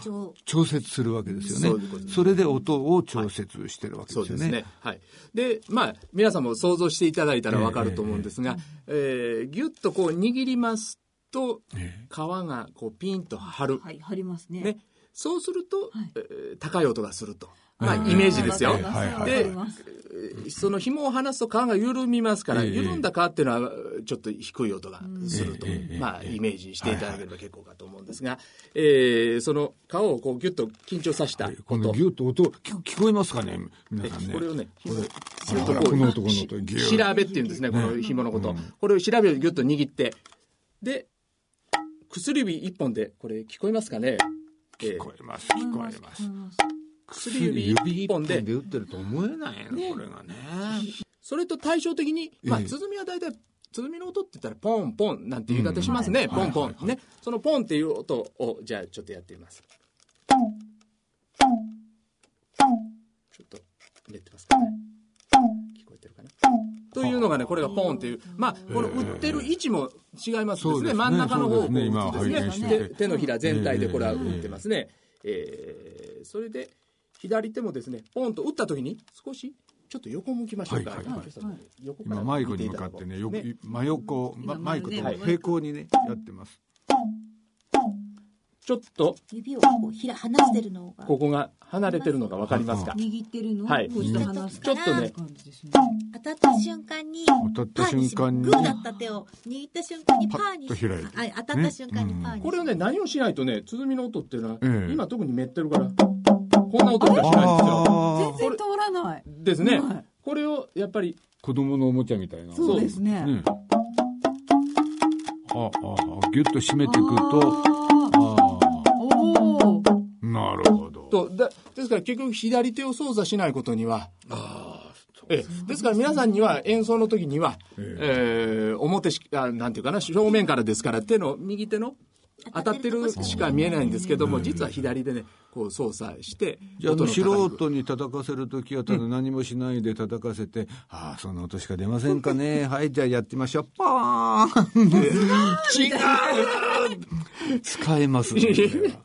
[SPEAKER 2] 調節するわけです
[SPEAKER 4] そ
[SPEAKER 2] よ
[SPEAKER 4] うい
[SPEAKER 2] ね
[SPEAKER 4] うこと。です
[SPEAKER 2] それで音を調節してるわけ
[SPEAKER 4] そ
[SPEAKER 2] で
[SPEAKER 4] う
[SPEAKER 2] すよ
[SPEAKER 4] ですね
[SPEAKER 2] ね。。
[SPEAKER 4] はい。で、まあ、皆さんも想像していただいたらわかると思うんですが、えーぎゅっとこう握りますと、
[SPEAKER 2] ええ
[SPEAKER 4] 皮がこうピンと張る。
[SPEAKER 3] はい張りますね
[SPEAKER 4] ね。そうすると、
[SPEAKER 3] はい
[SPEAKER 4] えー高い音がすると。まあ、イメージですよ
[SPEAKER 2] はい。はいはい
[SPEAKER 4] で
[SPEAKER 3] わかります
[SPEAKER 4] その紐を離すと皮が緩みますから、
[SPEAKER 2] ええ
[SPEAKER 4] 緩んだ皮っていうのはちょっと低い音がすると、
[SPEAKER 2] ええ
[SPEAKER 4] まあ、
[SPEAKER 2] ええ
[SPEAKER 4] イメージしていただければ結構かと思うんですが、えーその皮をこうギュッと緊張させた
[SPEAKER 2] こ
[SPEAKER 4] こ
[SPEAKER 2] の
[SPEAKER 4] と。
[SPEAKER 2] ギュッと音聞聞こえますかね皆さんね
[SPEAKER 4] これをね、
[SPEAKER 2] あーこの音この音ギュ
[SPEAKER 4] し
[SPEAKER 2] ッ
[SPEAKER 4] 調べっていうんですね、この紐のこと。
[SPEAKER 2] うん
[SPEAKER 4] これを調べをギュッと握って、で、薬指一本で、これ聞こえますかね
[SPEAKER 2] 聞こえます聞こえます
[SPEAKER 4] 薬指一本で
[SPEAKER 2] 指一打ってると思えないねこれがね
[SPEAKER 4] それと対照的に、まあ、
[SPEAKER 2] ええ
[SPEAKER 4] 鼓は大体、鼓の音って言ったら、ポンポンなんて言い方しますね。
[SPEAKER 2] うん
[SPEAKER 4] ポンポ
[SPEAKER 2] はいはいは
[SPEAKER 4] ン。ね。そのポンっていう音を、じゃあちょっとやってみます。ちょっと、入れてますかね。聞こえてるかな。というのがね、これがポンっていう。まあ、この打ってる位置も違いますで
[SPEAKER 2] そ
[SPEAKER 4] す
[SPEAKER 2] うですね
[SPEAKER 4] ね。真ん中の方をこ
[SPEAKER 2] そ
[SPEAKER 4] う
[SPEAKER 2] うですね今
[SPEAKER 4] 打つん
[SPEAKER 2] 拝見
[SPEAKER 4] です
[SPEAKER 2] し
[SPEAKER 4] ね
[SPEAKER 2] てて
[SPEAKER 4] 手手のひら全体でこれは打ってますね。えーそれで、左手もですね、ポンと打った時に、少し、ちょっと横向きましょうか。
[SPEAKER 2] はいはいはい
[SPEAKER 4] 横から
[SPEAKER 2] 今マイクに向かってねよく真横、ま、マイクと
[SPEAKER 4] はい
[SPEAKER 2] 平行にねやってます
[SPEAKER 4] ちょっと
[SPEAKER 6] 指をこうひら離してるのが
[SPEAKER 4] ここが離れてるのが分かりますか
[SPEAKER 7] 握ってるのを
[SPEAKER 4] はい
[SPEAKER 7] こうして離す
[SPEAKER 4] ちょっとね
[SPEAKER 7] 感じですね
[SPEAKER 6] 当たった瞬間に
[SPEAKER 2] 当たった瞬間に
[SPEAKER 6] パーしグーだった手を握った瞬間にパーに
[SPEAKER 2] パッと開いて
[SPEAKER 6] あ当たった瞬間にパーに
[SPEAKER 4] これをね何をしないとね鼓の音っていうのは、
[SPEAKER 2] ええ
[SPEAKER 4] 今特にめってるからこんな音しかしないんですよ
[SPEAKER 7] 全然通らない
[SPEAKER 4] ですね
[SPEAKER 7] はい
[SPEAKER 4] これをやっぱり
[SPEAKER 2] 子供のおもちゃみたいな
[SPEAKER 7] そうですね
[SPEAKER 2] ねあああギュッと締めていくと
[SPEAKER 7] あー
[SPEAKER 2] ああ
[SPEAKER 7] おー
[SPEAKER 2] なるほど
[SPEAKER 4] とだですから結局左手を操作しないことにはええ、ですから皆さんには演奏の時には、ええ表しあなんていうかな正面からですから手の右手の当たってるしか見えないんですけども実は左でねこう操作して
[SPEAKER 2] じゃああ
[SPEAKER 4] 音
[SPEAKER 2] の
[SPEAKER 4] の高い
[SPEAKER 2] 素
[SPEAKER 4] 部分
[SPEAKER 2] 人に叩かせるときはただ何もしないで叩かせて、ああその音しか出ませんか ねはいじゃあやってみましょうパーン
[SPEAKER 4] 違う
[SPEAKER 2] 使え ますねこれは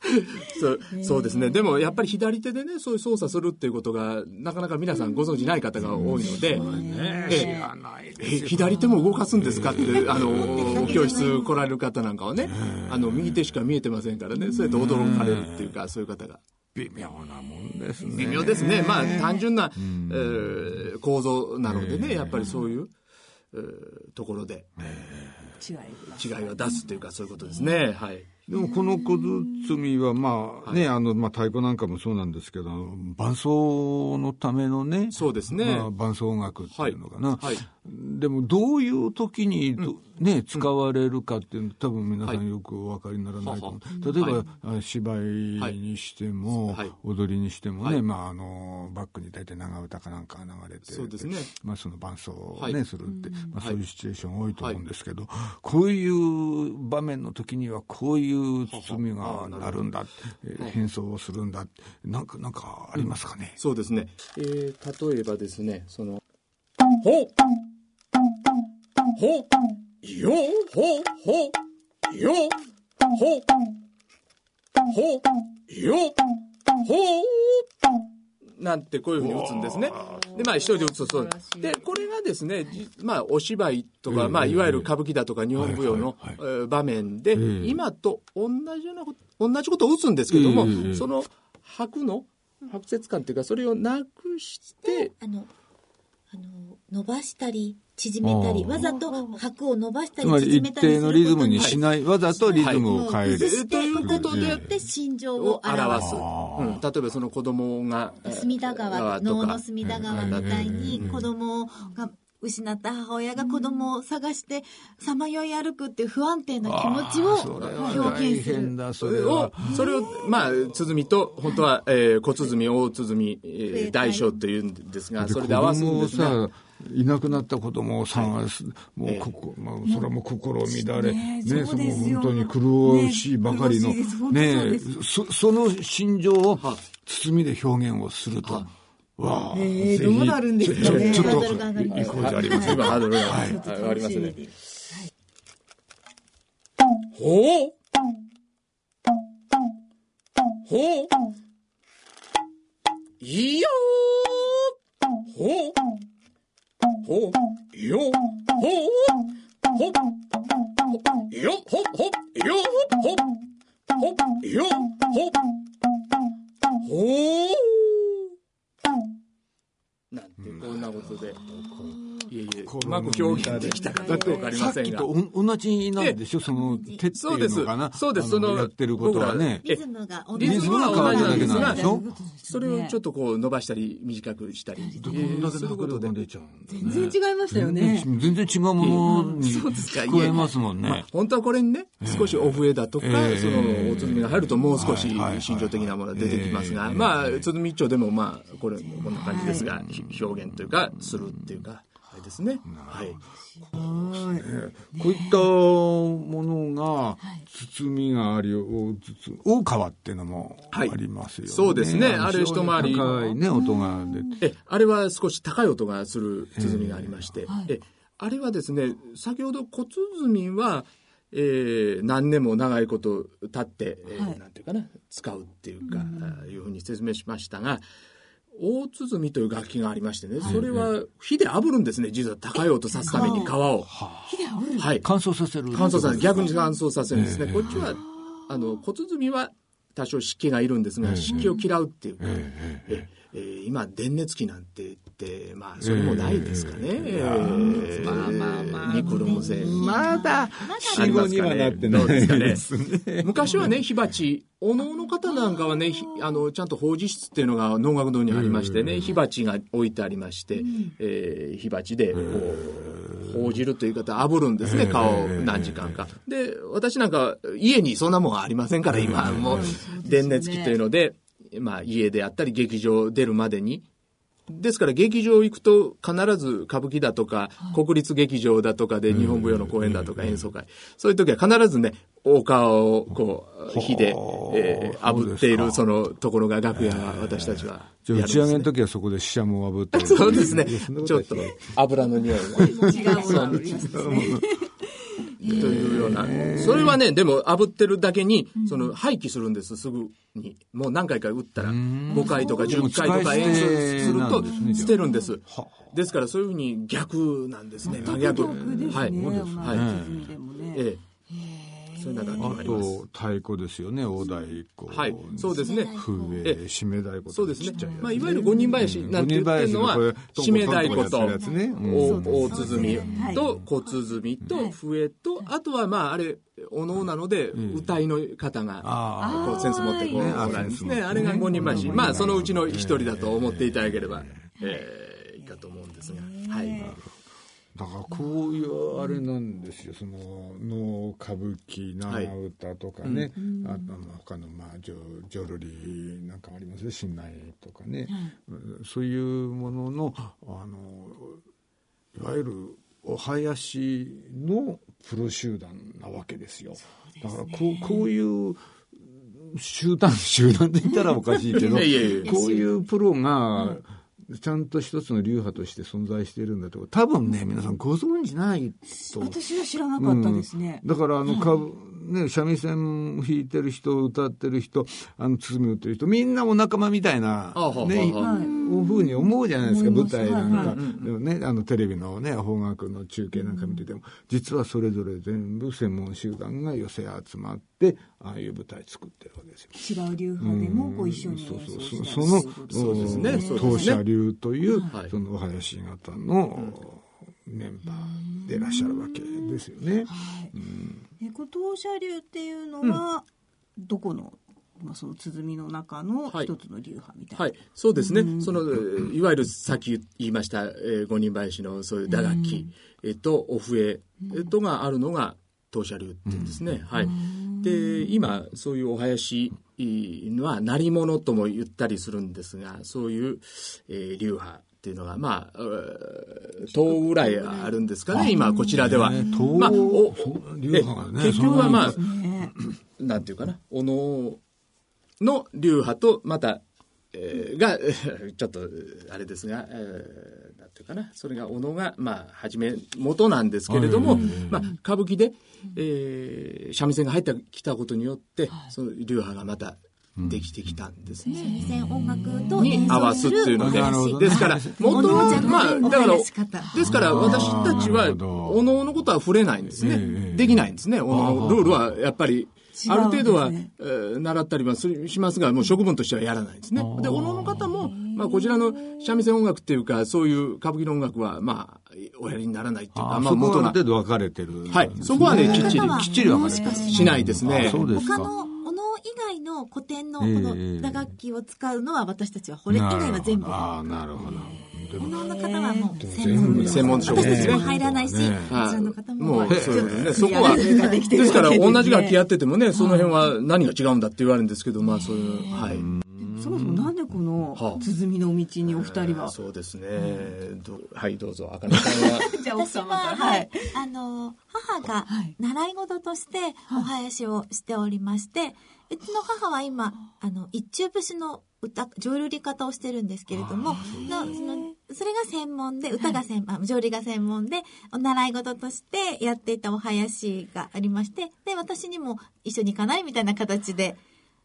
[SPEAKER 4] そうそうですね。でもやっぱり左手でね、そういう操作するっていうことが、なかなか皆さんご存じない方が多いので、
[SPEAKER 2] ね
[SPEAKER 4] ええ
[SPEAKER 2] 知らない
[SPEAKER 4] え
[SPEAKER 2] ですよ
[SPEAKER 4] 左手も動かすんですかって、あの、教室来られる方なんかはね、あの、右手しか見えてませんからね、そうやって驚かれるっていうか、そういう方が。
[SPEAKER 2] 微妙なもんですね
[SPEAKER 4] 微妙ですね。まあ、単純な、えー構造なのでね、やっぱりそういう、えーところで
[SPEAKER 7] 違い
[SPEAKER 4] 違いを出すっていうか、そういうことですね。はい。
[SPEAKER 2] でもこの小包はまあね、あのまあ太鼓なんかもそうなんですけど伴奏のためのね
[SPEAKER 4] そうですね
[SPEAKER 2] まあ、伴奏楽っていうのかな、
[SPEAKER 4] はいはい
[SPEAKER 2] でもどういう時にど、ね、使われるかっていうの多分皆さんよくお分かりにならないと思う、
[SPEAKER 4] はい
[SPEAKER 2] 例え
[SPEAKER 4] は
[SPEAKER 2] ば、あ芝居にしても、
[SPEAKER 4] はい
[SPEAKER 2] 踊りにしてもね、
[SPEAKER 4] はい
[SPEAKER 2] まあ、あのバックに大体長唄かなんかが流れて
[SPEAKER 4] そうですね
[SPEAKER 2] まあ、その伴奏を、ね
[SPEAKER 4] はい
[SPEAKER 2] するって、まあ、
[SPEAKER 4] はい
[SPEAKER 2] そういうシチュエーション多いと思うんですけど、こういう場面の時にはこういう包みがなるんだ、えー変装をするんだなんかなんかありますかね、
[SPEAKER 4] そうですね。えー、例えばですね、その、ほほよほほよほほよほなんてこういうふうに打つんですね。で、まあ一人で打つとそう。で、これがですね、じまあお芝居とか、まあいわゆる歌舞伎だとか日本舞踊の
[SPEAKER 2] はいはい
[SPEAKER 4] えー場面で、今と同じようなこと、同じことを打つんですけども、その拍の、拍節感っていうか、それをなくして、
[SPEAKER 6] あのあの伸ばしたり縮めたり
[SPEAKER 2] あー
[SPEAKER 6] わざと拍を伸ばした
[SPEAKER 2] つ
[SPEAKER 6] り
[SPEAKER 2] まり
[SPEAKER 6] 縮
[SPEAKER 2] 一
[SPEAKER 6] めたり
[SPEAKER 2] 定
[SPEAKER 6] する
[SPEAKER 2] の
[SPEAKER 6] こと
[SPEAKER 2] リズムにしない、わざとリズムを
[SPEAKER 6] もう
[SPEAKER 2] 変える、
[SPEAKER 6] 崩して
[SPEAKER 4] ということで
[SPEAKER 6] によって心情
[SPEAKER 4] を
[SPEAKER 6] を表
[SPEAKER 4] 表す。
[SPEAKER 6] す
[SPEAKER 4] うん、例えばその子供が、えー
[SPEAKER 6] 隅田川
[SPEAKER 4] と
[SPEAKER 6] 能
[SPEAKER 4] か
[SPEAKER 6] の隅田川みたいに子供が失った母親が子供を探してさまよい歩くっていう不安定な気持ち
[SPEAKER 2] それは
[SPEAKER 6] を表
[SPEAKER 2] 大
[SPEAKER 6] 現する
[SPEAKER 2] 変だそ
[SPEAKER 4] そ
[SPEAKER 2] れ
[SPEAKER 4] れ
[SPEAKER 2] は
[SPEAKER 4] を、それを、まあ、鼓と、本当は、えー小鼓、大鼓、えー大小っていうんですが、それで合わすんです
[SPEAKER 2] 子
[SPEAKER 4] が、
[SPEAKER 2] 供をさいなくなった子供を探す、もうここ、まあ、それはもう心乱れ、ね
[SPEAKER 7] ねそうですよ
[SPEAKER 2] の本当に狂うしいばかりの、
[SPEAKER 7] ね狂うしいです本
[SPEAKER 2] ね
[SPEAKER 7] 当そう
[SPEAKER 2] そその心情を
[SPEAKER 4] はい
[SPEAKER 2] 包みで表現をすると。わあ、
[SPEAKER 7] えー
[SPEAKER 2] ぜひ
[SPEAKER 7] どうなるんですかね
[SPEAKER 2] ちょちょちょ
[SPEAKER 6] ハ
[SPEAKER 2] っと
[SPEAKER 6] ードルが上がります
[SPEAKER 2] 行こうじゃありません
[SPEAKER 4] 今、
[SPEAKER 2] か。
[SPEAKER 4] ハードルが、はい
[SPEAKER 7] ちょっ
[SPEAKER 4] 上
[SPEAKER 7] と
[SPEAKER 4] が
[SPEAKER 7] 楽
[SPEAKER 4] りま
[SPEAKER 7] し
[SPEAKER 4] す
[SPEAKER 7] み
[SPEAKER 4] ね。
[SPEAKER 7] です
[SPEAKER 4] ほうほういやーほうほうよほうほうほよほほよほほよほほうまく表現できたかどうかわかり
[SPEAKER 2] さ
[SPEAKER 4] ま
[SPEAKER 2] っ
[SPEAKER 4] せん
[SPEAKER 2] き
[SPEAKER 4] が。
[SPEAKER 2] とおん同じなんでしょその手って
[SPEAKER 4] そう
[SPEAKER 2] い
[SPEAKER 4] で
[SPEAKER 2] う
[SPEAKER 4] す
[SPEAKER 2] のかな。
[SPEAKER 4] そうです
[SPEAKER 2] あの
[SPEAKER 4] その
[SPEAKER 2] やってることはね。
[SPEAKER 4] え
[SPEAKER 6] リズムが同じ
[SPEAKER 4] リズムは同じなんです
[SPEAKER 2] リズムは
[SPEAKER 4] が
[SPEAKER 2] 変わらないだけなんで、
[SPEAKER 4] それをちょっとこう伸ばしたり短くしたり。
[SPEAKER 2] どこんだけの迫力が出ちゃうんだね
[SPEAKER 7] 全然違いましたよね。
[SPEAKER 2] 全然違うものに
[SPEAKER 4] そうですか
[SPEAKER 2] 聞こえますもん
[SPEAKER 4] まあ
[SPEAKER 2] ね。
[SPEAKER 4] 本当はこれにね、少しお笛だとか、
[SPEAKER 2] ええ
[SPEAKER 4] その、おつみが入るともう少し
[SPEAKER 2] はいはいはい
[SPEAKER 4] 心情的なものが出てきますが、
[SPEAKER 2] ええ
[SPEAKER 4] まあ、つみ一丁でもまあ、これ、こんな感じですが、ひ表現というか、するっていうか、あれですね。はい。
[SPEAKER 2] こういったものが包みがありを包む大川っていうのもありますよね。
[SPEAKER 4] はいそうですねあれ
[SPEAKER 2] 非常に
[SPEAKER 4] 一回り
[SPEAKER 2] 高いね音が出て。
[SPEAKER 4] え、あれは少し高い音がする鼓がありまして、え、あれはですね、先ほど小鼓は、えー何年も長いこと経って、えーなんていうかな、使うっていうか、あいうふうに説明しましたが、大鼓という楽器がありましてね、それは火で炙るんですね、実は高い音さすために皮を。はい。
[SPEAKER 2] 乾燥させる。
[SPEAKER 4] 乾燥させる、逆に乾燥させるんですね。こっちは、あの、小鼓は多少湿気がいるんですが、湿気を嫌うっていうか、ええー今、電熱器なんて言って、まあ、それもないですかね。えーまあまあまあ。ニコルもせ。まだ、ありますかねどうですかね。 昔はね、火鉢、お能の方なんかはね、ひあの、ちゃんと法事室っていうのが能楽堂にありましてね、火鉢が置いてありまして、えー火鉢で、こう、報じるという言い方、炙るんですね、顔を何時間か。で、私なんか、家にそんなもんありませんから、今、もう、電熱器というので、まあ、家であったり、劇場出るまでに、ですから劇場行くと必ず歌舞伎だとか、国立劇場だとかで日本舞踊の公演だとか演奏会、そういう時は必ずね、大川をこう、火で、えー炙っているそのところが楽屋は私たちは
[SPEAKER 2] じゃあ打
[SPEAKER 4] やるんで
[SPEAKER 2] ち上
[SPEAKER 4] す
[SPEAKER 2] げ
[SPEAKER 4] ね
[SPEAKER 2] の時はそこで死者も炙ってる。
[SPEAKER 4] そうですね
[SPEAKER 2] いやそんな。
[SPEAKER 4] ち
[SPEAKER 2] こ
[SPEAKER 4] ょ
[SPEAKER 2] は
[SPEAKER 4] っと油の匂いが。
[SPEAKER 7] 違うものがありましたね。
[SPEAKER 4] というような。それはね、でも炙ってるだけに、その廃棄するんです、すぐに。もう何回か打ったら、5回とか10回とか演奏する
[SPEAKER 2] もう
[SPEAKER 4] と
[SPEAKER 2] 使い捨てなんですね
[SPEAKER 4] 捨てるんです。ですからそういうふうに逆なんですね。真逆。
[SPEAKER 7] 曲ですね。
[SPEAKER 4] はい。
[SPEAKER 7] まあ
[SPEAKER 4] はい。
[SPEAKER 7] 鼓でもね。
[SPEAKER 4] ええ。そういうような楽器があ
[SPEAKER 2] あ
[SPEAKER 4] ります。
[SPEAKER 2] と太鼓ですよね大太鼓。
[SPEAKER 4] はい。そうですね。
[SPEAKER 2] 笛
[SPEAKER 4] ええ
[SPEAKER 2] 締め太鼓
[SPEAKER 4] そうですね
[SPEAKER 2] ちっちゃいやつ。
[SPEAKER 4] まあ、いわゆる五人林なんて言ってるのは、
[SPEAKER 2] うん
[SPEAKER 4] 締め太鼓
[SPEAKER 2] 五
[SPEAKER 4] と
[SPEAKER 2] 人林でこれトントントントンやってるやつね
[SPEAKER 4] 大大鼓と小鼓と笛と、あとはまあ、あれ、お能なので、歌いの方が、
[SPEAKER 2] あ
[SPEAKER 4] こう、センス持ってこう、
[SPEAKER 2] ねあ
[SPEAKER 4] おられるんです
[SPEAKER 2] センス持って
[SPEAKER 4] ね。
[SPEAKER 2] ね
[SPEAKER 4] あれが五人林。まあ、そのうちの一人だと思っていただければ、ええ、いいかと思うんですが。はい。
[SPEAKER 2] だからこういうあれなんですよ、その能歌舞伎
[SPEAKER 4] はい
[SPEAKER 2] 長唄とかね、あとまあ他のまあ浄浄瑠璃なんかもありますね信内とかね、うんそういうもののあのいわゆるお囃子のプロ集団なわけですよ。だからこうこういう集団集団で言ったらおかしいけど
[SPEAKER 4] いやいやいや
[SPEAKER 2] こういうプロがちゃんと一つの流派として存在しているんだと多分ね皆さんご存知ないと
[SPEAKER 7] 私は知らなかったですね
[SPEAKER 2] うん。だからあのかぶ、ね、三味線弾いてる人歌ってる人あの鼓を打ってる人みんなお仲間みたいな
[SPEAKER 4] あはは
[SPEAKER 2] ね
[SPEAKER 4] は
[SPEAKER 2] おふうに思うじゃないですか
[SPEAKER 7] 思い
[SPEAKER 2] 舞
[SPEAKER 7] ます
[SPEAKER 2] 台なんか、
[SPEAKER 7] はい
[SPEAKER 2] でもねあのテレビのね邦楽の中継なんか見てても実はそれぞれ全部専門集団が寄せ集まってああいう舞台作ってるわけですよ。
[SPEAKER 7] 違う流派でもこう一緒に
[SPEAKER 2] そう
[SPEAKER 7] 演
[SPEAKER 2] そ
[SPEAKER 7] 奏
[SPEAKER 2] う
[SPEAKER 7] したり
[SPEAKER 2] その
[SPEAKER 4] そうですねそうですね
[SPEAKER 2] 当社流という、
[SPEAKER 4] はい
[SPEAKER 2] そのお囃子型のメンバーでいらっしゃるわけですよね。
[SPEAKER 7] えこ当社流っていうのは、どこの、まあ、その鼓の中の
[SPEAKER 4] はい
[SPEAKER 7] 一つの流派みたいな、
[SPEAKER 4] はい、そうですね、そのえーいわゆるさっき言いました、えー五人林のそういう打楽器、えっとお笛えっとがあるのが当社流って言うんですね。はい、で今そういうお囃子えーは鳴り物とも言ったりするんですがそういう、えー流派っていうのがまあえー10ぐらいあるんですかね今こちらでは。
[SPEAKER 2] 東
[SPEAKER 4] まあお
[SPEAKER 2] 流派が
[SPEAKER 4] え
[SPEAKER 2] ね、
[SPEAKER 4] 結局はまあ
[SPEAKER 2] そ、
[SPEAKER 7] ね
[SPEAKER 4] なんていうかな、おのの流派と、また、えーが、 えーちょっと、えーあれですが、えーなんていうかな、それが、おのが、まあ、はじめ、元なんですけれども、まあ、歌舞伎で、えー三味線が入ってきたことによって、その流派がまた、できてきたんですね。
[SPEAKER 6] 三味線音楽と
[SPEAKER 4] に
[SPEAKER 6] 演
[SPEAKER 4] 合
[SPEAKER 6] 奏
[SPEAKER 4] わす
[SPEAKER 6] す
[SPEAKER 4] っていう
[SPEAKER 6] る
[SPEAKER 4] ので
[SPEAKER 2] なるほど、ね
[SPEAKER 4] ですから、元
[SPEAKER 6] お
[SPEAKER 4] は
[SPEAKER 6] 茶、
[SPEAKER 4] まあ、
[SPEAKER 6] の
[SPEAKER 4] だ
[SPEAKER 6] お
[SPEAKER 4] から、
[SPEAKER 6] 話し方。
[SPEAKER 4] ですから私たち
[SPEAKER 2] な
[SPEAKER 4] は
[SPEAKER 2] るほど
[SPEAKER 4] おのおのことは触れないんです
[SPEAKER 2] えええ
[SPEAKER 4] ね
[SPEAKER 2] え
[SPEAKER 4] できないんですねおのおのルールはやっぱりある程度は、えー習ったりはするしますが、もう職分としてはやらないですね。で、おのおの方も、まあ、こちらの三味線音楽っていうか、そういう歌舞伎の音楽は、まあ、おやりにならないっていう
[SPEAKER 2] あ
[SPEAKER 4] か、
[SPEAKER 2] あ
[SPEAKER 4] ま
[SPEAKER 2] そこはあ
[SPEAKER 4] 元
[SPEAKER 2] る
[SPEAKER 4] な
[SPEAKER 2] 程度分かれてる、
[SPEAKER 4] はいそこはねきっちり
[SPEAKER 2] きっちり分かれてる
[SPEAKER 6] もしかして
[SPEAKER 4] しないですね
[SPEAKER 2] あそうですか
[SPEAKER 6] 他のお能以外の古典のこ
[SPEAKER 2] え
[SPEAKER 6] の
[SPEAKER 2] え
[SPEAKER 6] 打楽器を使うのは私たちはこれ以外は全部。
[SPEAKER 2] ああなるほど
[SPEAKER 6] お能の方はもう専
[SPEAKER 2] 全部
[SPEAKER 6] 門
[SPEAKER 2] だ
[SPEAKER 4] 専門職
[SPEAKER 6] 私たちも
[SPEAKER 4] ね
[SPEAKER 6] 入らないし、
[SPEAKER 2] ね
[SPEAKER 6] こちらの方も
[SPEAKER 4] もう、そうですね。そこ
[SPEAKER 6] や
[SPEAKER 4] は、
[SPEAKER 6] る
[SPEAKER 4] で
[SPEAKER 6] ができてる
[SPEAKER 4] すから、同じ楽器やっててもね、その辺は何が違うんだって言われるんですけど、まあ、そういう、はい。
[SPEAKER 7] そもそもなんでこ
[SPEAKER 4] は
[SPEAKER 7] の
[SPEAKER 4] あ
[SPEAKER 7] 鼓の道にお二人
[SPEAKER 4] えー
[SPEAKER 7] は。
[SPEAKER 4] そうですね。どはい、どうぞ、赤根さんは。
[SPEAKER 7] じゃあ奥
[SPEAKER 6] 私は、
[SPEAKER 7] 様から。
[SPEAKER 6] は
[SPEAKER 7] はい
[SPEAKER 6] い。、あの、母が
[SPEAKER 7] はい
[SPEAKER 6] 習い事としてお囃子をしておりまして、うちの母は今、あの、一中節の歌、浄瑠璃方をしてるんですけれども、のそのそれが専門で、歌が専門、あ浄瑠璃が専門で、お習い事としてやっていたお囃子がありまして、で、私にも一緒に行かないみたいな形で、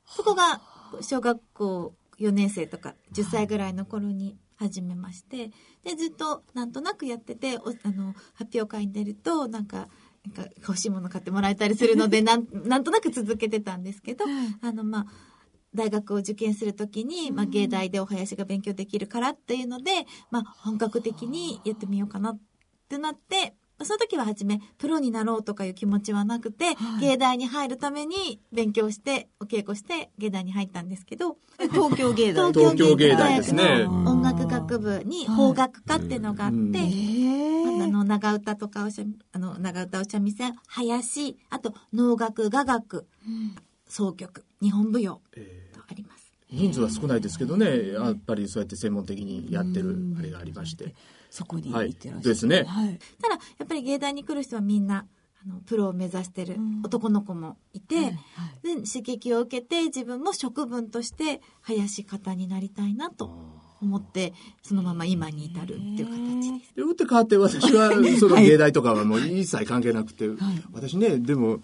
[SPEAKER 6] そこが小学校4年生とか10歳ぐらいの頃に始めましてでずっとなんとなくやってておあの発表会に出るとなんか。なんか欲しいもの買ってもらえたりするのでなんなんとなく続けてたんですけどあの、まあ、大学を受験するときに、まあ、芸大でお囃子が勉強できるからっていうので、まあ、本格的にやってみようかなってなってその時は初めプロになろうとかいう気持ちはなくて、芸大に入るために勉強してお稽古して芸大に入ったんですけど
[SPEAKER 7] 東京芸大。
[SPEAKER 4] 東京芸大ですね
[SPEAKER 6] 音楽学部に邦楽科っていうのがあって、
[SPEAKER 4] うん
[SPEAKER 6] あの長唄とかおしゃあの長唄お三味線林あと能楽雅楽、奏曲日本舞踊とあります。
[SPEAKER 4] 人数は少ないですけどね、やっぱりそうやって専門的にやってるあれがありまして。
[SPEAKER 7] そこに
[SPEAKER 4] は
[SPEAKER 7] 行
[SPEAKER 4] い
[SPEAKER 7] ってらっしゃる。
[SPEAKER 4] ですね
[SPEAKER 7] はい。
[SPEAKER 6] ただやっぱり芸大に来る人はみんなあのプロを目指してる男の子もいて、で刺激を受けて自分も職分として林方になりたいなと思ってそのまま今に至るっていう形です。
[SPEAKER 4] で、打って変わって私は、その芸大とかはもう一切関係なくて、私ね、でも、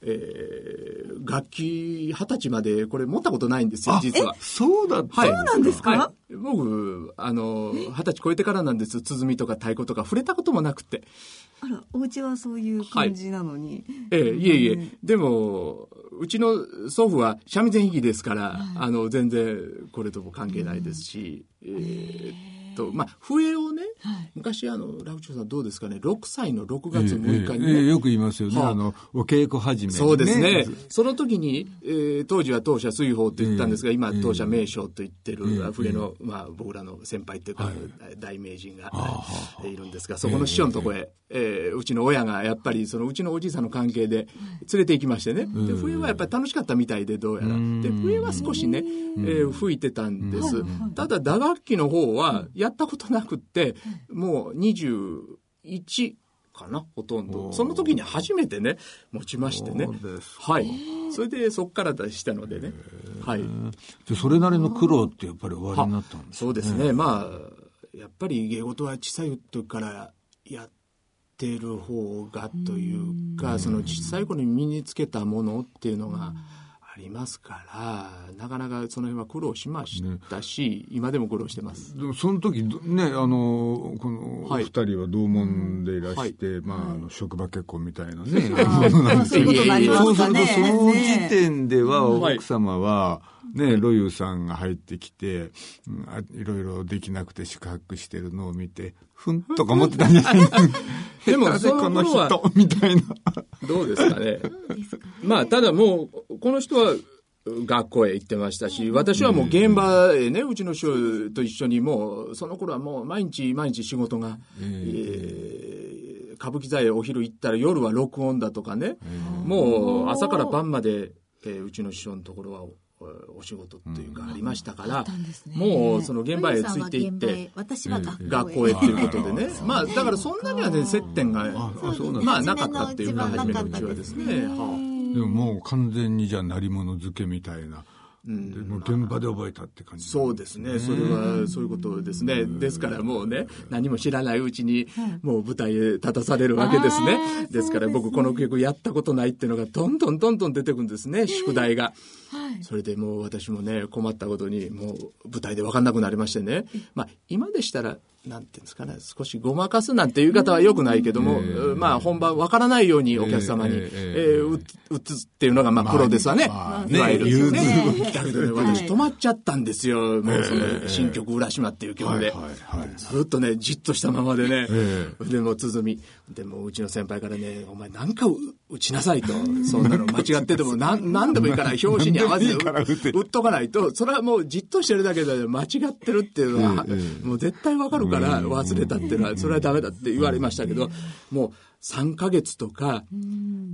[SPEAKER 4] えー楽器二十歳までこれ持ったことないんですよ、実は。
[SPEAKER 2] そうだった、
[SPEAKER 4] そうなんですか、はい僕、あの、二十歳超えてからなんです。鼓とか太鼓とか触れたこともなくて。
[SPEAKER 7] あら、お家はそういう感じなのに。
[SPEAKER 4] ええ、いえいえ。でも、うちの祖父は三味線弾きですから、あの、全然これとも関係ないですし、えーっと、まあ、笛をね、昔あの、ラフチョウさんどうですかね、6歳の6月6日にね、
[SPEAKER 2] ええよく言いますよね、
[SPEAKER 4] はあ
[SPEAKER 2] あのお稽古始めに
[SPEAKER 4] そうですね。その時に、えー当時は当社水宝と言ったんですが、今当社名将と言ってる、アフレの、まあ僕らの先輩というか、大名人がいるんですが、そこの師匠のとこへ、えーうちの親がやっぱり、そのうちのおじいさんの関係で連れて行きましてね。で、冬はやっぱり楽しかったみたいで、どうやら。で、冬は少しね、えー吹いてたんです。ただ打楽器の方はやったことなくって、もう21、かなほとんど。その時に初めてね、持ちましてね
[SPEAKER 2] そうです。
[SPEAKER 4] はい。それでそこから出したのでね。はい。
[SPEAKER 2] でそれなりの苦労ってやっぱり終わりになったんです
[SPEAKER 4] そうですね。まあ、やっぱり芸事は小さい時からやってる方がというか、その小さい頃に身につけたものっていうのが、ありますから、なかなかその辺は苦労しましたし、今でも苦労してます。
[SPEAKER 2] でもその時どねあのこのお
[SPEAKER 4] はい
[SPEAKER 2] 二人は同門でいらして、まああの職場結婚みたいなね、
[SPEAKER 7] まあそういうことになりま
[SPEAKER 2] そう
[SPEAKER 7] すか
[SPEAKER 2] すると
[SPEAKER 7] ね。
[SPEAKER 2] その時
[SPEAKER 7] ね
[SPEAKER 2] 点では
[SPEAKER 4] はい
[SPEAKER 2] 奥様はねロユさんが入ってきて、うんあいろいろできなくて宿泊してるのを見てふんとか思ってたんじゃないですか
[SPEAKER 4] で も
[SPEAKER 2] なぜ
[SPEAKER 4] そ
[SPEAKER 2] こ
[SPEAKER 4] の
[SPEAKER 2] の
[SPEAKER 4] 頃は
[SPEAKER 2] 人みたいな
[SPEAKER 4] どうですかね。
[SPEAKER 6] そうですか
[SPEAKER 4] まあ、ただもう、この人は学校へ行ってましたし、私はもう現場へね、うちの師匠と一緒にもう、その頃はもう毎日毎日仕事が、えー歌舞伎座へお昼行ったら夜は録音だとかね、もう朝から晩まで、えーうちの師匠のところはおお仕事というかありましたから、もうその現場へついていっ
[SPEAKER 6] お兄さんは現
[SPEAKER 4] て
[SPEAKER 6] 場へ、私は学校へ。
[SPEAKER 4] 学校へっていうことでね。まあ、だからそんなにはね、接点が、まあ、なかったっていうか、初
[SPEAKER 6] 初めの
[SPEAKER 4] めのう
[SPEAKER 6] う
[SPEAKER 4] ち
[SPEAKER 6] ち
[SPEAKER 4] は
[SPEAKER 6] は
[SPEAKER 4] で
[SPEAKER 6] ですす
[SPEAKER 4] ね。はあ
[SPEAKER 2] でももう完全にじゃあ鳴り物付けみたいな、でもう現場で覚えたって感じ
[SPEAKER 4] そうですね。それは、そういうことですね。ですからもうね、何も知らないうちに、もう舞台へ立たされるわけですね。ですから僕、この曲やったことないっていうのが、どんどんどんどん出てくるんですね、宿題が。それでもう私もね、困ったことに、もう舞台で分かんなくなりましてね。まあ、今でしたら、なんていうんですかね、少しごまかすなんていう言い方は良くないけども、
[SPEAKER 2] ええ
[SPEAKER 4] まあ本番わからないようにお客様に、
[SPEAKER 2] え
[SPEAKER 4] え
[SPEAKER 2] え
[SPEAKER 4] ーうつ映すっていうのがまあプロですわね。
[SPEAKER 2] まあ
[SPEAKER 4] いわ
[SPEAKER 2] ね
[SPEAKER 4] ゆる
[SPEAKER 2] 融通
[SPEAKER 4] だけどね、私止まっちゃったんですよ。もうその新曲浦島っていう曲で。
[SPEAKER 2] はいはいはい
[SPEAKER 4] ずっとね、じっとしたままでね、
[SPEAKER 2] え
[SPEAKER 4] でもう鼓、でもううちの先輩からね、お前なんかう打ちなさいと、そんなの間違ってても、なん、なんでもいいから表紙に合わせて
[SPEAKER 2] なんでもいいから打て
[SPEAKER 4] 打っとかないと、それはもうじっとしてるだけで間違ってるっていうのは、
[SPEAKER 2] ええええ
[SPEAKER 4] もう絶対わかるから忘れたっていうのは、それはダメだって言われましたけど、もう3ヶ月とか、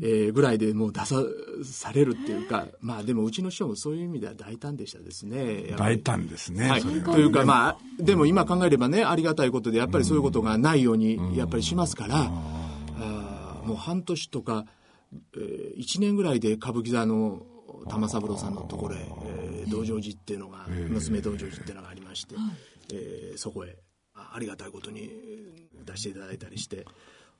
[SPEAKER 4] えーぐらいでもう出さ、されるっていうか、まあでもうちの師匠もそういう意味では大胆でしたですね。やっぱり
[SPEAKER 2] 大胆ですね、
[SPEAKER 4] はい、
[SPEAKER 2] それは
[SPEAKER 4] というか、まあ、でも今考えればね、ありがたいことで、やっぱりそういうことがないように、やっぱりしますから、あーもう半年とか、え1年ぐらいで歌舞伎座の玉三郎さんのところへ、えー道場寺っていうのが、娘道場寺っていうのがありまして、えーそこへ、あありがたいことにえー出していただいたりして、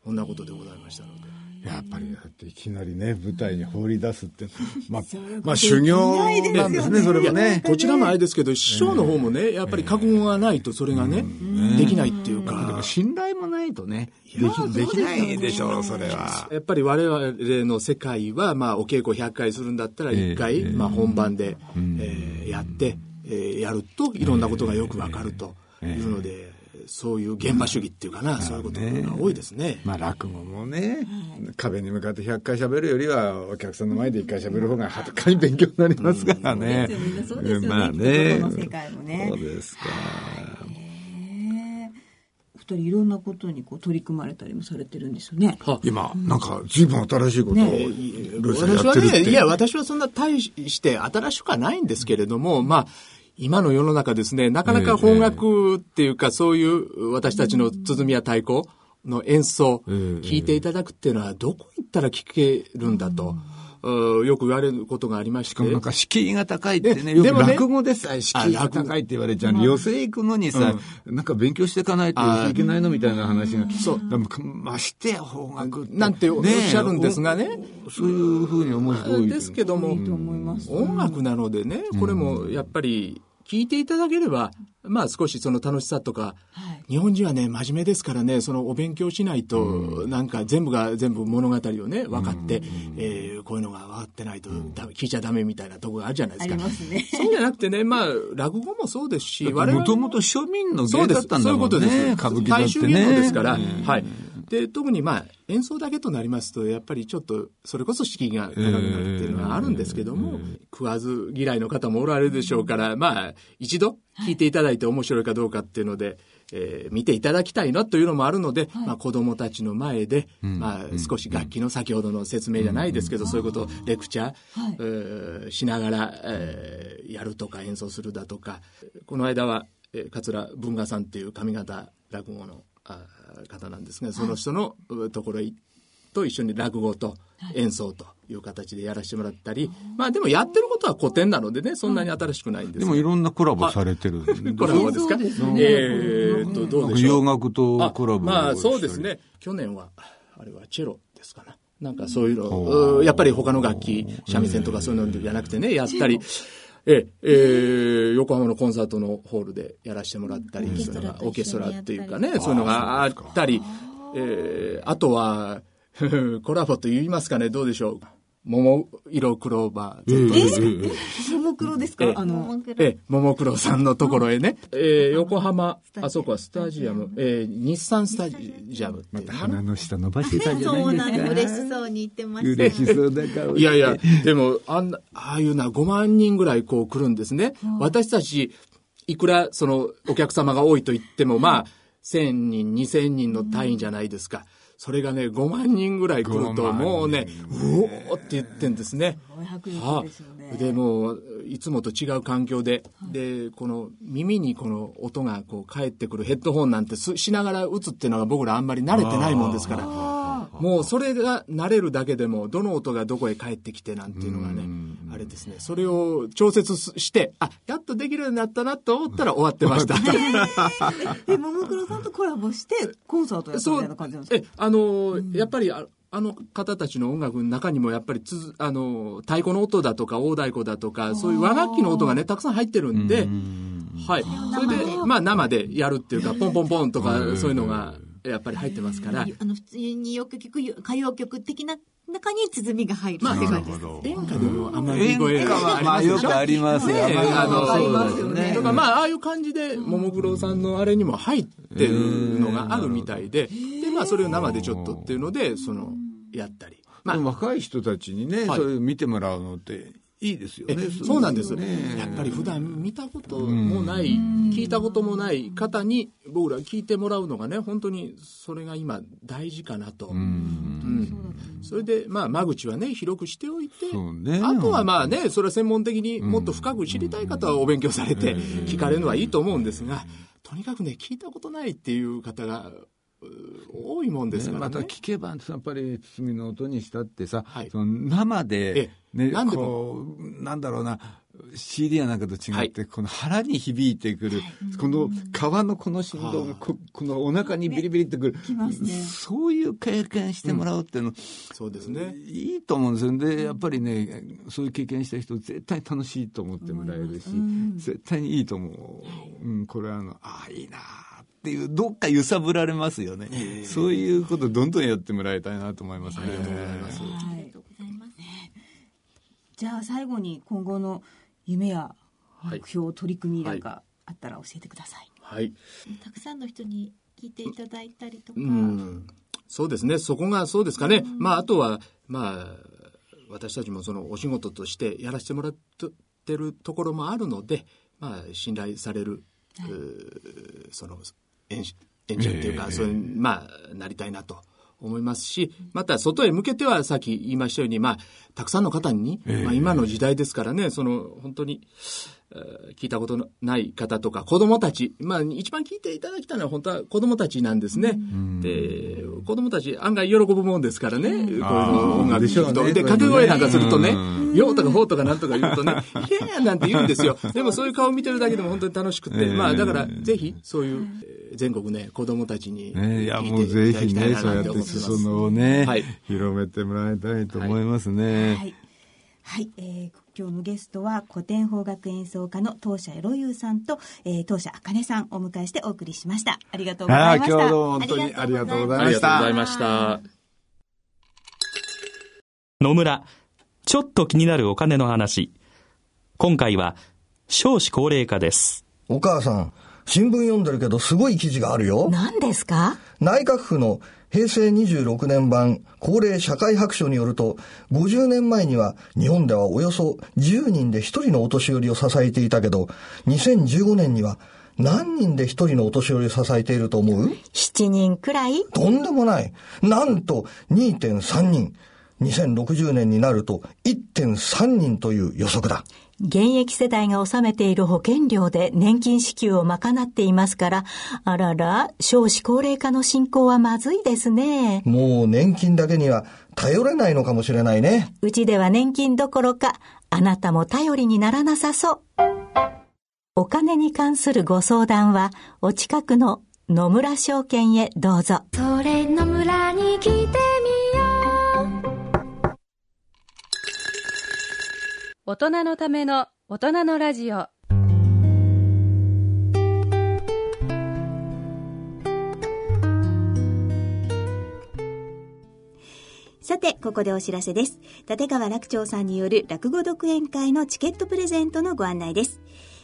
[SPEAKER 4] こんなことでございましたので。
[SPEAKER 2] やっぱりだっていきなりね舞台に放り出すってまあ、まあ、修行なんですねそれもね
[SPEAKER 4] こちらもあれですけど、師匠の方もね、やっぱり覚悟がないとそれがね、できないっていうか。
[SPEAKER 2] でも信頼もないとねできできないでしょうそれは
[SPEAKER 4] やっぱり我々の世界は、まあ、お稽古100回するんだったら1回、まあ、本番で、えーやって、えーやるといろんなことがよくわかるというので、そういう現場主義っていうかな、そういうことが多いですね。
[SPEAKER 2] まあ落語もね、壁に向かって100回喋るよりはお客さんの前で1回喋る方がはるかに勉強になりますからね。
[SPEAKER 7] そうですよね
[SPEAKER 2] まあ
[SPEAKER 7] 言
[SPEAKER 2] ね。
[SPEAKER 7] 葉の世界もね
[SPEAKER 2] そうですか。
[SPEAKER 7] ねお二人いろんなことにこう取り組まれたりもされてるんですよね。
[SPEAKER 2] 今、なんか随分新しいことを
[SPEAKER 7] ね
[SPEAKER 2] ルイさんや
[SPEAKER 4] 私
[SPEAKER 2] っ
[SPEAKER 4] は
[SPEAKER 2] てるって。
[SPEAKER 4] ね、いや、私はそんな大して新しくはないんですけれども、まあ、今の世の中ですね、なかなか邦楽っていうか、そういう私たちの鼓や太鼓の演奏、聞いていただくっていうのは、どこ行ったら聞けるんだと、うんよく言われることがありまし
[SPEAKER 2] してかもなん。か敷居が高いってね、よく
[SPEAKER 4] ねでもね
[SPEAKER 2] 落語でさえ敷居が高いって言われちゃうの。寄席行くのにさ、なんか勉強していかないと寄席行けないのみたいな話が。そう。ましてや方角って
[SPEAKER 4] なんておっしゃるんですがね。
[SPEAKER 2] おそういうふうに思う人多いよね
[SPEAKER 4] ですけども、音楽なのでね、これもやっぱり、聞いていただければ、まあ少しその楽しさとか、日本人はね、真面目ですからね、そのお勉強しないと、なんか全部が全部物語をね、分かって、えーこういうのが分かってないと、だ聞いちゃダメみたいなとこがあるじゃないですか。そうじゃなくてね、まあ、落語もそうですし、我々
[SPEAKER 2] もともと庶民の
[SPEAKER 4] そう
[SPEAKER 2] 芸
[SPEAKER 4] で
[SPEAKER 2] だっ
[SPEAKER 4] す。
[SPEAKER 2] たん
[SPEAKER 4] そ
[SPEAKER 2] だ
[SPEAKER 4] ういう
[SPEAKER 2] も
[SPEAKER 4] こ
[SPEAKER 2] ん
[SPEAKER 4] とです。
[SPEAKER 2] ね。歌舞伎だ
[SPEAKER 4] 大
[SPEAKER 2] って
[SPEAKER 4] 衆
[SPEAKER 2] ね。
[SPEAKER 4] 芸能ですから、
[SPEAKER 2] うん
[SPEAKER 4] はい。で、特にまあ、演奏だけとなりますと、やっぱりちょっと、それこそ敷居が高くなるっていうのがあるんですけども、食わず嫌いの方もおられるでしょうから、まあ、一度聞いていただいて面白いかどうかっていうので、えー見ていただきたいなというのもあるので、まあ、子供たちの前で、まあ、少し楽器の先ほどの説明じゃないですけど、そういうことをレクチャー、えーしながら、えーやるとか演奏するだとか、この間は、えー桂文雅さんっていう上方落語のあー方なんですがその人のうところへと一緒に落語と演奏という形でやらせてもらったり、まあでもやってることは古典なのでねそんなに新しくないんで
[SPEAKER 2] で
[SPEAKER 4] す
[SPEAKER 2] もいろんなコラボされてるんで。
[SPEAKER 4] これはですかえーっとどうでしょ
[SPEAKER 2] 洋
[SPEAKER 4] う
[SPEAKER 2] 楽とコラボ
[SPEAKER 4] あまあそうですね去年はあれはチェロですかねなんかそういうのうんやっぱり他の楽器三味線とかそういうのじゃなくてねやったりえええー横浜のコンサートのホールでやらせてもらったりそういうのがオーケストラっていうかねそういうのがあったりえーあとは コラボと言いますかねどうでしょう桃色クローバー Z
[SPEAKER 7] 小目黒ですか、
[SPEAKER 4] ええ
[SPEAKER 7] あの、
[SPEAKER 4] ええ、ももクロさんのところへね、えー横浜、あそこはスタジアム、えー日産スタジアムっていうのかな
[SPEAKER 2] 鼻の下伸ばしてたんじゃない
[SPEAKER 6] そう
[SPEAKER 2] で
[SPEAKER 6] なんです。嬉
[SPEAKER 2] す
[SPEAKER 6] しそうに言ってま
[SPEAKER 2] か。
[SPEAKER 6] した。
[SPEAKER 2] 嬉しそうだ顔
[SPEAKER 4] いやいや、でも、あんな、ああいうのは5万人ぐらいこう来るんですね。私たち、いくらそのお客様が多いと言っても、まあ、1000人、2000人の単位じゃないですか。それがね、5万人ぐらい来ると、
[SPEAKER 2] 5万人
[SPEAKER 4] もうね、うおーって言ってんですね。はあ、でもう、いつもと違う環境で、で、この耳にこの音がこう返ってくるヘッドホンなんてすしながら打つっていうのが僕らあんまり慣れてないもんですから。もうそれが慣れるだけでも、どの音がどこへ帰ってきてなんていうのがね、あれですね、それを調節すして、あ、やっとできるようになったなと思ったら終わってました。
[SPEAKER 7] え、ももクロさんとコラボして、コンサートやったみ
[SPEAKER 4] そ
[SPEAKER 7] たいうな感じなんですか
[SPEAKER 4] えあの、やっぱりああの方たちの音楽の中にもやっぱりつづあの太鼓の音だとか大太鼓だとかそういう和楽器の音がねたくさん入ってるんではい。それで、まあ生でやるっていうか、ポンポンポンと
[SPEAKER 2] う
[SPEAKER 4] か、
[SPEAKER 2] ん
[SPEAKER 4] そういうのが、やっぱり入ってますから、
[SPEAKER 8] あの普通によく聞く歌謡曲的な中に鼓が入る
[SPEAKER 4] まあ
[SPEAKER 8] って感じ
[SPEAKER 2] な
[SPEAKER 8] で
[SPEAKER 2] る
[SPEAKER 8] す。
[SPEAKER 2] ほど
[SPEAKER 4] 演歌でもあんまり
[SPEAKER 2] 演歌
[SPEAKER 4] 声
[SPEAKER 2] はまあよくありますよ。
[SPEAKER 4] ねえ
[SPEAKER 2] ま
[SPEAKER 4] あ
[SPEAKER 2] あ
[SPEAKER 4] の
[SPEAKER 3] ありま
[SPEAKER 4] そ
[SPEAKER 3] す
[SPEAKER 4] う
[SPEAKER 3] よ
[SPEAKER 4] で
[SPEAKER 3] ね
[SPEAKER 4] すねとかまあああいう感じでももクロさんのあれにも入ってるのがあるみたいででまあそれを生でちょっとっていうのでそのやったりま
[SPEAKER 2] で
[SPEAKER 4] あ
[SPEAKER 2] も若い人たちにね、
[SPEAKER 4] はい
[SPEAKER 2] そういう見てもらうのっていいですよ
[SPEAKER 4] え
[SPEAKER 2] ね。
[SPEAKER 4] そうなんです、
[SPEAKER 2] ね
[SPEAKER 4] やっぱり普段見たこともない、聞いたこともない方に僕ら聞いてもらうのがね本当にそれが今大事かなと、
[SPEAKER 2] うん
[SPEAKER 4] うんそれで、まあ、間口はね、広くしておいて、
[SPEAKER 2] そうね
[SPEAKER 4] あとはまあね、それは専門的にもっと深く知りたい方はお勉強されて、聞かれるのはいいと思うんですが、とにかくね、聞いたことないっていう方が、う多いもんです
[SPEAKER 2] ね
[SPEAKER 4] から
[SPEAKER 2] また
[SPEAKER 4] ね。
[SPEAKER 2] 聞けばやっぱり堤の音にしたってさ、
[SPEAKER 4] はい
[SPEAKER 2] その生で
[SPEAKER 4] え、え
[SPEAKER 2] ね、
[SPEAKER 4] 何でも
[SPEAKER 2] こうなんだろうな CD やなんかと違って、この腹に響いてくる、この皮のこの振動がここのお腹にビリビリってくる、
[SPEAKER 3] ますね
[SPEAKER 2] そういう経験してもらうっていうの、
[SPEAKER 4] そうですね。
[SPEAKER 2] いいと思うんですよでやっぱりねそういう経験した人絶対楽しいと思ってもらえるし、絶対にいいと思う、うん、これはあのああいいなあっていうどっか揺さぶられますよね、そういうことどんどんやってもらいたいなと思いますね、ありがとうございます
[SPEAKER 3] はい。じゃあ最後に今後の夢や目標、取り組みなんかあったら教えてください。
[SPEAKER 4] はい。
[SPEAKER 8] たくさんの人に聞いていただいたりとか、
[SPEAKER 4] うん、そうですね、そこがそうですかね、まあ、あとは、まあ、私たちもそのお仕事としてやらせてもらってるところもあるので、まあ、信頼される、うーその演じ演者っていうか、そういうまあ、なりたいなと。思いますし、また外へ向けてはさっき言いましたように、まあ、たくさんの方に、まあ、今の時代ですからね、その本当に、えー聞いたことのない方とか子供たち、まあ、一番聞いていただきたいのは本当は子供たちなんですね。で子供たち案外喜ぶもんですからね、こういう音楽聴くと
[SPEAKER 2] あーでしょうね
[SPEAKER 4] で
[SPEAKER 2] これね
[SPEAKER 4] 掛け声なんかするとね
[SPEAKER 2] う
[SPEAKER 4] 「よ」とか「ほ」とかなんとか言うとね「いやいや」なんて言うんですよでもそういう顔見てるだけでも本当に楽しくて、
[SPEAKER 2] ええ
[SPEAKER 4] まあだからぜひそういうえー全国ね子供たちに
[SPEAKER 2] ね、いや
[SPEAKER 4] 聞
[SPEAKER 2] もう
[SPEAKER 4] いて
[SPEAKER 2] ぜ
[SPEAKER 4] いただ
[SPEAKER 2] ひ
[SPEAKER 4] きたい
[SPEAKER 2] ね
[SPEAKER 4] な
[SPEAKER 2] そう
[SPEAKER 4] な
[SPEAKER 2] やっ
[SPEAKER 4] ん
[SPEAKER 2] てて
[SPEAKER 4] 思ってます。
[SPEAKER 2] 裾野をね、
[SPEAKER 4] はい
[SPEAKER 2] 広めてもらいたいと思いますね、
[SPEAKER 3] はい
[SPEAKER 6] はい、えー今日のゲストは古典邦楽演奏家の当社エロユーさんと、えー、当社あかねさんをお迎えしてお送りしましたありがとうござ
[SPEAKER 2] ああ
[SPEAKER 6] いま
[SPEAKER 2] 今
[SPEAKER 6] し
[SPEAKER 2] 日
[SPEAKER 6] た
[SPEAKER 2] はどうも本当にありがとうございました
[SPEAKER 4] いました。
[SPEAKER 9] 野村、ちょっと気になるお金の話。今回は、少子高齢化です。
[SPEAKER 10] お母さん、新聞読んでるけどすごい記事があるよ。
[SPEAKER 11] 何ですか
[SPEAKER 10] 内閣府の平成26年版高齢社会白書によると、50年前には日本ではおよそ10人で1人のお年寄りを支えていたけど、2015年には何人で1人のお年寄りを支えていると思う
[SPEAKER 11] ?7 人くらい
[SPEAKER 10] とんでもない。なんと2.3人。2060年になると1.3人という予測だ。
[SPEAKER 11] 現役世代が納めている保険料で年金支給を賄っていますから、あらら、少子高齢化の進行はまずいですね。
[SPEAKER 10] もう年金だけには頼れないのかもしれないね。
[SPEAKER 11] うちでは年金どころか、あなたも頼りにならなさそう。お金に関するご相談は、お近くの野村証券へどうぞ。
[SPEAKER 12] それの村に来てみよう
[SPEAKER 1] 大人のための大人のラジオ
[SPEAKER 6] さて、ここでお知らせです。立川楽長さんによる落語独演会のチケットプレゼントのご案内です。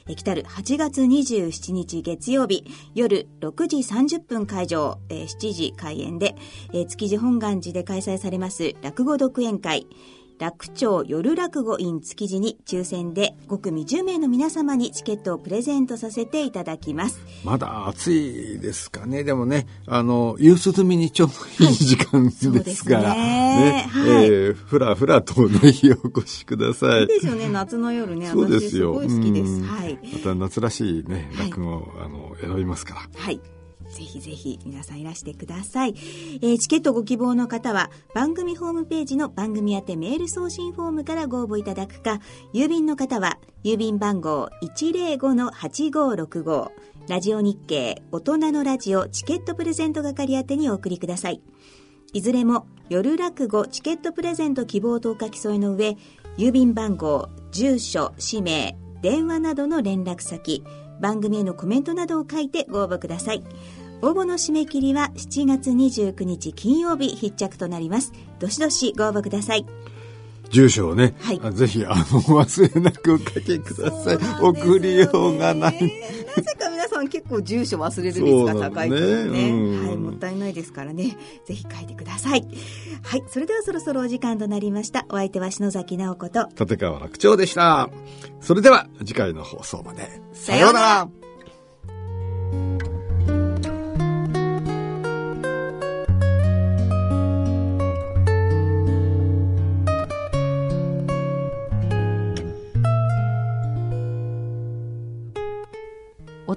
[SPEAKER 6] え来たる8月27日月曜日、夜6時30分会場、えー7時開演で、えー築地本願寺で開催されます落語独演会、楽長夜落語 in 築地に抽選で5組10名の皆様にチケットをプレゼントさせていただきます。
[SPEAKER 2] まだ暑いですかね。でもね、あの、夕涼みにちょうどいい時間ですから、
[SPEAKER 6] そうですねはい
[SPEAKER 2] えーふらふらとぜひお越しくださ い。
[SPEAKER 6] ですよね、夏の夜ね。
[SPEAKER 2] そうですよ。
[SPEAKER 6] 私すごい好きで
[SPEAKER 2] う
[SPEAKER 6] す。
[SPEAKER 2] ん
[SPEAKER 6] はい。
[SPEAKER 2] また夏らしいね、
[SPEAKER 6] はい
[SPEAKER 2] 落語を、あの、選びますから。
[SPEAKER 6] はい。ぜひぜひ皆さんいらしてください、えーチケットご希望の方は番組ホームページの番組宛てメール送信フォームからご応募いただくか、郵便の方は郵便番号105-8565ラジオ日経大人のラジオチケットプレゼント係宛てにお送りください。いずれも夜落語チケットプレゼント希望とお書き添えの上、郵便番号、住所、氏名、電話などの連絡先、
[SPEAKER 3] 番組へのコメントなどを書いてご応募ください応募の締め切りは7月29日金曜日必着となりますどしどしご応募ください
[SPEAKER 2] 住所をね、
[SPEAKER 3] はい
[SPEAKER 2] あぜひあの忘れなくおかけください、送りようがな
[SPEAKER 7] な
[SPEAKER 2] い
[SPEAKER 7] ぜか皆さん結構住所忘れる率が高いですよ
[SPEAKER 2] そ
[SPEAKER 7] ね
[SPEAKER 2] うなのねうん
[SPEAKER 7] はい、も
[SPEAKER 3] もったいないですからねぜひ書いてくださいはいそれではそろそろお時間となりましたお相手は篠崎直子と
[SPEAKER 2] 立川楽長でしたそれでは次回の放送までさようなら
[SPEAKER 1] 大